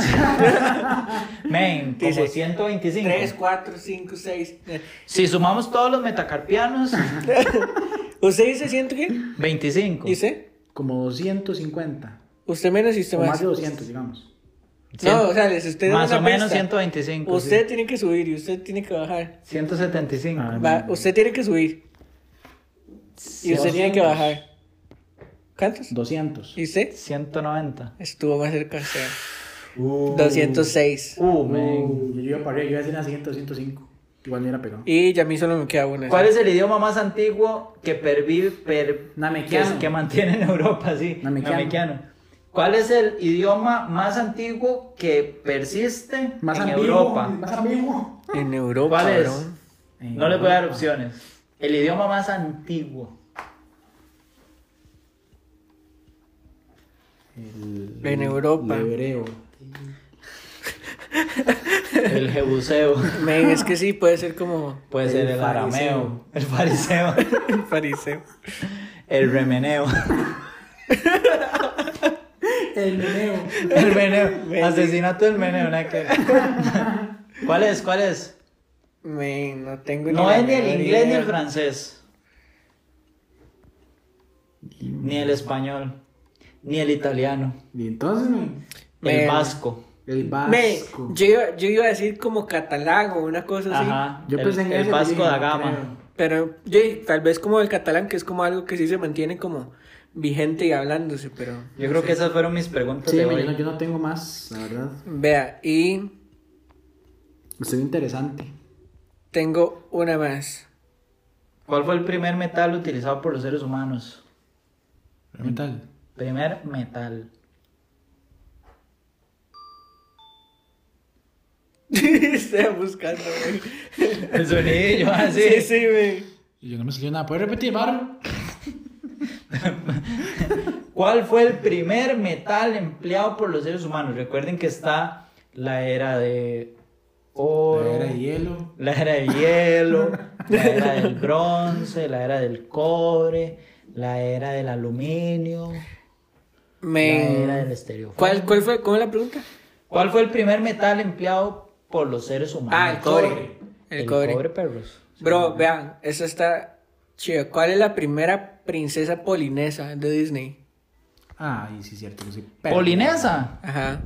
D: Men, como
B: Dice,
D: 125.
B: 3, 4, 5, 6.
D: Si sumamos todos los metacarpianos,
B: ¿Usted dice 100 qué?
D: 25.
B: ¿Dice?
E: Como 250.
B: Usted menos y usted
E: O
B: más.
E: más de 200, digamos.
D: Cien-
B: No, o sea, les estoy dando
D: Más
B: una
D: o menos
B: pista.
D: 125. sí.
B: Usted tiene que subir y usted tiene que bajar.
D: 175.
E: Ah,
B: Va, usted tiene que subir y usted tiene que bajar. ¿Cuántos?
E: 200.
B: ¿Y usted?
D: 190.
B: Estuvo más cerca, o sea,
E: Uh,
B: 206.
D: Uh,
E: men, Yo iba a parir, yo iba a decir la siguiente 205. Igual me hubiera pegado.
B: Y ya a mí solo me queda una.
D: ¿Cuál es el idioma más antiguo que pervive, per-
E: Namekiano.
D: que, que mantiene en Europa, sí?
E: Namekiano.
D: ¿Cuál es el idioma más antiguo que persiste
E: Más
D: en
E: ambiguo,
D: Europa?
E: Más ambiguo.
B: En Europa,
D: ¿Cuál es?
B: cabrón.
D: No les voy a dar opciones. El idioma más antiguo.
E: El-
B: En Europa.
E: El hebreo.
D: El jebuseo.
B: Men, es que sí, puede ser como (laughs)
D: Puede ser el
E: fariseo.
D: arameo. El fariseo.
B: el fariseo.
D: El remeneo.
E: El meneo.
D: El meneo. Asesinato del meneo. nada que ver. ¿Cuál es? ¿Cuál es?
B: Men, no tengo
D: No
B: la
D: es ni el
B: menor
D: inglés ni
B: idea.
D: el francés. Ni el español. Ni el italiano.
E: Y entonces, men,
D: El
B: Men.
D: vasco.
E: el
B: Men,
E: vasco.
B: yo iba, yo iba a decir como catalán o una cosa así.
D: Ajá.
E: Yo
D: el,
E: pensé en
D: el
E: ese,
D: vasco
E: pero
D: da
E: no
D: gama.
E: creo.
B: Pero yo, tal vez como el catalán, que es como algo que sí se mantiene como vigente y hablándose, pero...
D: Yo creo que esas fueron mis preguntas
E: Sí,
D: de
E: men,
D: hoy.
E: yo, no, yo no tengo más, la verdad.
B: Vea, y
E: Estuvo interesante.
B: tengo una más. (laughs)
D: ¿Cuál fue el primer metal utilizado por los seres humanos?
E: ¿Qué tal?
D: Primer metal.
B: Estaba buscando, güey.
D: El sonidillo, así.
B: ah, Sí, sí, güey.
E: Y yo no me salió nada. ¿Puedes repetir, Baro?
D: ¿Cuál fue el primer metal empleado por los seres humanos? Recuerden que está la era de oro,
E: Era de hielo.
D: la era de hielo,
E: (laughs)
D: la era del bronce, la era del cobre, la era del aluminio, la era del
B: Me...
D: estereofono.
B: ¿Cuál, ¿Cuál fue? ¿Cómo es la pregunta?
D: ¿Cuál fue el primer metal empleado por los seres humanos?
B: Ah, el cobre.
D: El,
B: El cobre.
D: cobre, perros.
B: Bro, vean, esta está chida. ¿Cuál es la primera princesa polinesa de Disney?
E: Ah, y sí, cierto. yo soy perro.
D: ¿Polinesa?
B: Ajá.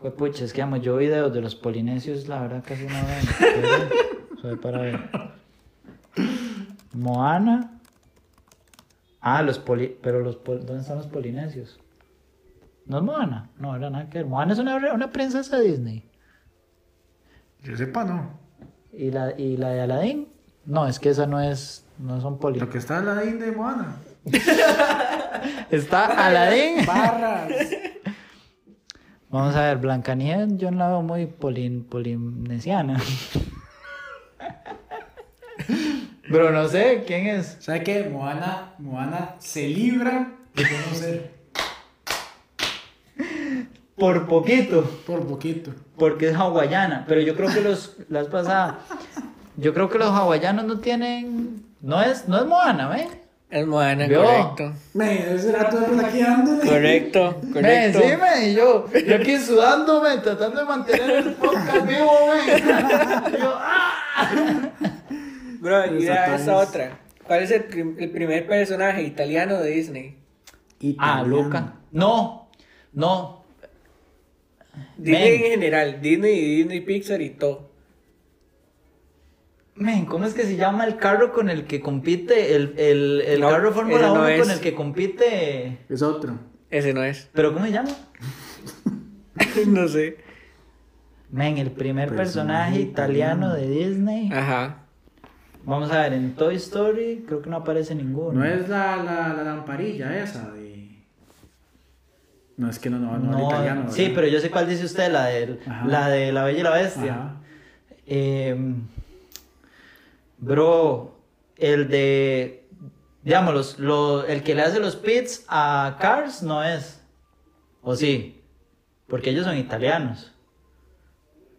D: Pues pucha, es que amo, yo videos de los polinesios, la verdad casi no (laughs) veo. Soy para ver. Moana. Ah, los poli... Pero los pol- ¿dónde están los polinesios? No es Moana. No, era nada que ver. Moana es una, una princesa Disney.
E: Yo sepa, no.
D: ¿Y la, ¿Y la de Aladdin? No, es que esa no es... No son poli...
E: Lo que está en la India de Moana.
D: (laughs) Está Aladdin.
E: Barras. (laughs)
D: Vamos a ver, Blancanieves yo no la veo muy polin, polinesiana. (laughs) Pero no sé quién es.
E: ¿Sabe qué? Moana, Moana se libra de conocer
D: Por poquito,
E: por poquito.
D: porque es hawaiana. Pero yo creo que los las pasadas, yo creo que los hawaianos no tienen, no es, no es Moana, ¿ven?
B: Es Moana,
D: Vio.
B: correcto.
E: Me, ese rato de aquí dándole.
D: (laughs)
B: Correcto,
D: Ven,
B: correcto.
D: sí, men, y yo, yo aquí sudándome, tratando de mantener el podcast vivo, men. (laughs) Yo, ah,
B: Bro, y vea
E: Satanás.
B: esta otra. ¿Cuál es el, prim- el primer personaje italiano de Disney?
D: ah, Luca. No, no,
B: Disney
D: Men.
B: en general, Disney y Disney Pixar y todo.
D: Men, ¿cómo es que se llama el carro con el que compite? El, el, el
B: No,
D: carro Fórmula
B: ese
D: 1
B: no es.
D: con el que compite.
E: Es otro.
B: Ese no es. (laughs)
D: ¿Pero cómo se llama?
B: no sé.
D: Men, el primer
E: Pues,
D: personaje italiano de Disney.
E: Ah.
F: Ajá.
D: Vamos a ver, en Toy Story creo que no aparece ninguno.
E: No es la, la, la lamparilla esa de. No es que no, no, no,
D: No,
E: habla italiano. ¿verdad?
D: sí, pero yo sé cuál dice usted, la de
E: Ajá.
D: la, de la Bella y la Bestia.
E: Ajá.
D: Em, bro, el de, digamos, los, lo- el que le hace los pits a Cars no es. ¿O sí? Porque ellos son italianos.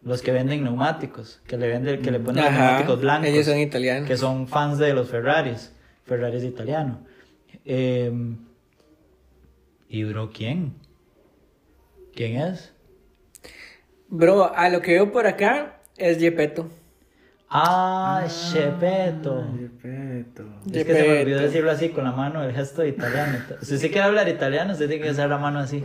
D: Los que venden neumáticos, que le venden, que le ponen los
F: Ajá.
D: neumáticos blancos
F: Ellos son italianos.
D: que son fans de los Ferraris. Ferrari es italiano. Eh, ¿Y bro quién? ¿Quién es?
F: Bro, a lo que veo por acá es Gepetto.
D: Ah, Chepeto.
E: Gepetto.
D: Es que se me olvidó
F: Gepetto.
D: decirlo así con la mano, el gesto italiano. Si usted quiere hablar italiano, usted tiene que usar la mano así.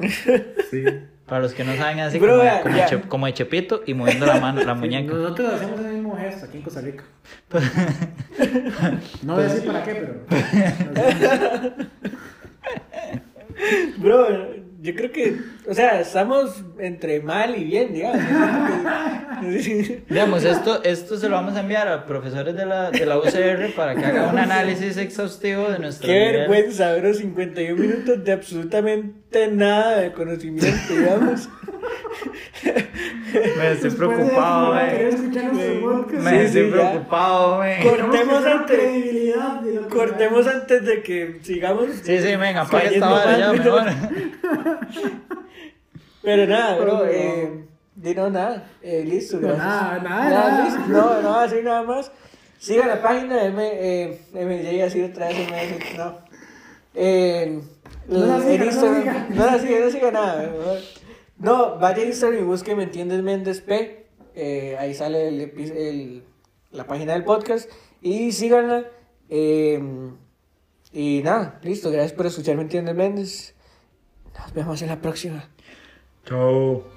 E: Sí.
D: Para los que no saben así,
F: Bro,
D: como,
F: ya,
D: como
F: ya.
D: Che- como de Chepito y moviendo la mano, la muñeca.
E: Nosotros hacemos el mismo gesto aquí en Costa Rica.
D: (laughs)
E: No
D: Pues
E: voy a decir para qué, pero.
B: Bro, yo creo que, o sea, estamos entre mal y bien, digamos.
D: (laughs) Digamos, esto, esto se lo vamos a enviar a profesores de la, de la UCR para que hagan un análisis exhaustivo de nuestro
B: Qué
D: nivel.
B: vergüenza, bro, 51 minutos de absolutamente nada de conocimiento, digamos.
D: Me estoy preocupado,
E: Quería
D: güey.
E: escuchar nuestro podcast.
D: Me
B: Sí,
D: estoy
B: sí, ya.
D: preocupado, güey.
B: Cortemos antes,
E: credibilidad de lo que-
B: cortemos antes de que sigamos.
D: Sí, sí, venga, apague esta
B: Cayendo
D: vara ya,
B: mal,
D: mejor.
B: Pero nada, bro, eh, di no nada, eh, listo,
E: No,
B: gracias.
E: nada, nada, nada.
B: listo, no, no, así nada más. Siga la página de M, eh, MJ, así otra vez, MJ, no. Eh,
E: No la
B: en
E: siga, no la
B: Instagram-
E: siga.
B: no la siga, no siga nada. mejor. No, vaya a Instagram y busque Me Entiendes Méndez P. eh, ahí sale el, epi- el- la página del podcast. Y síganla. eh, y nada, listo. Gracias por escuchar Me Entiendes Méndez. Nos vemos en la próxima.
D: Chau.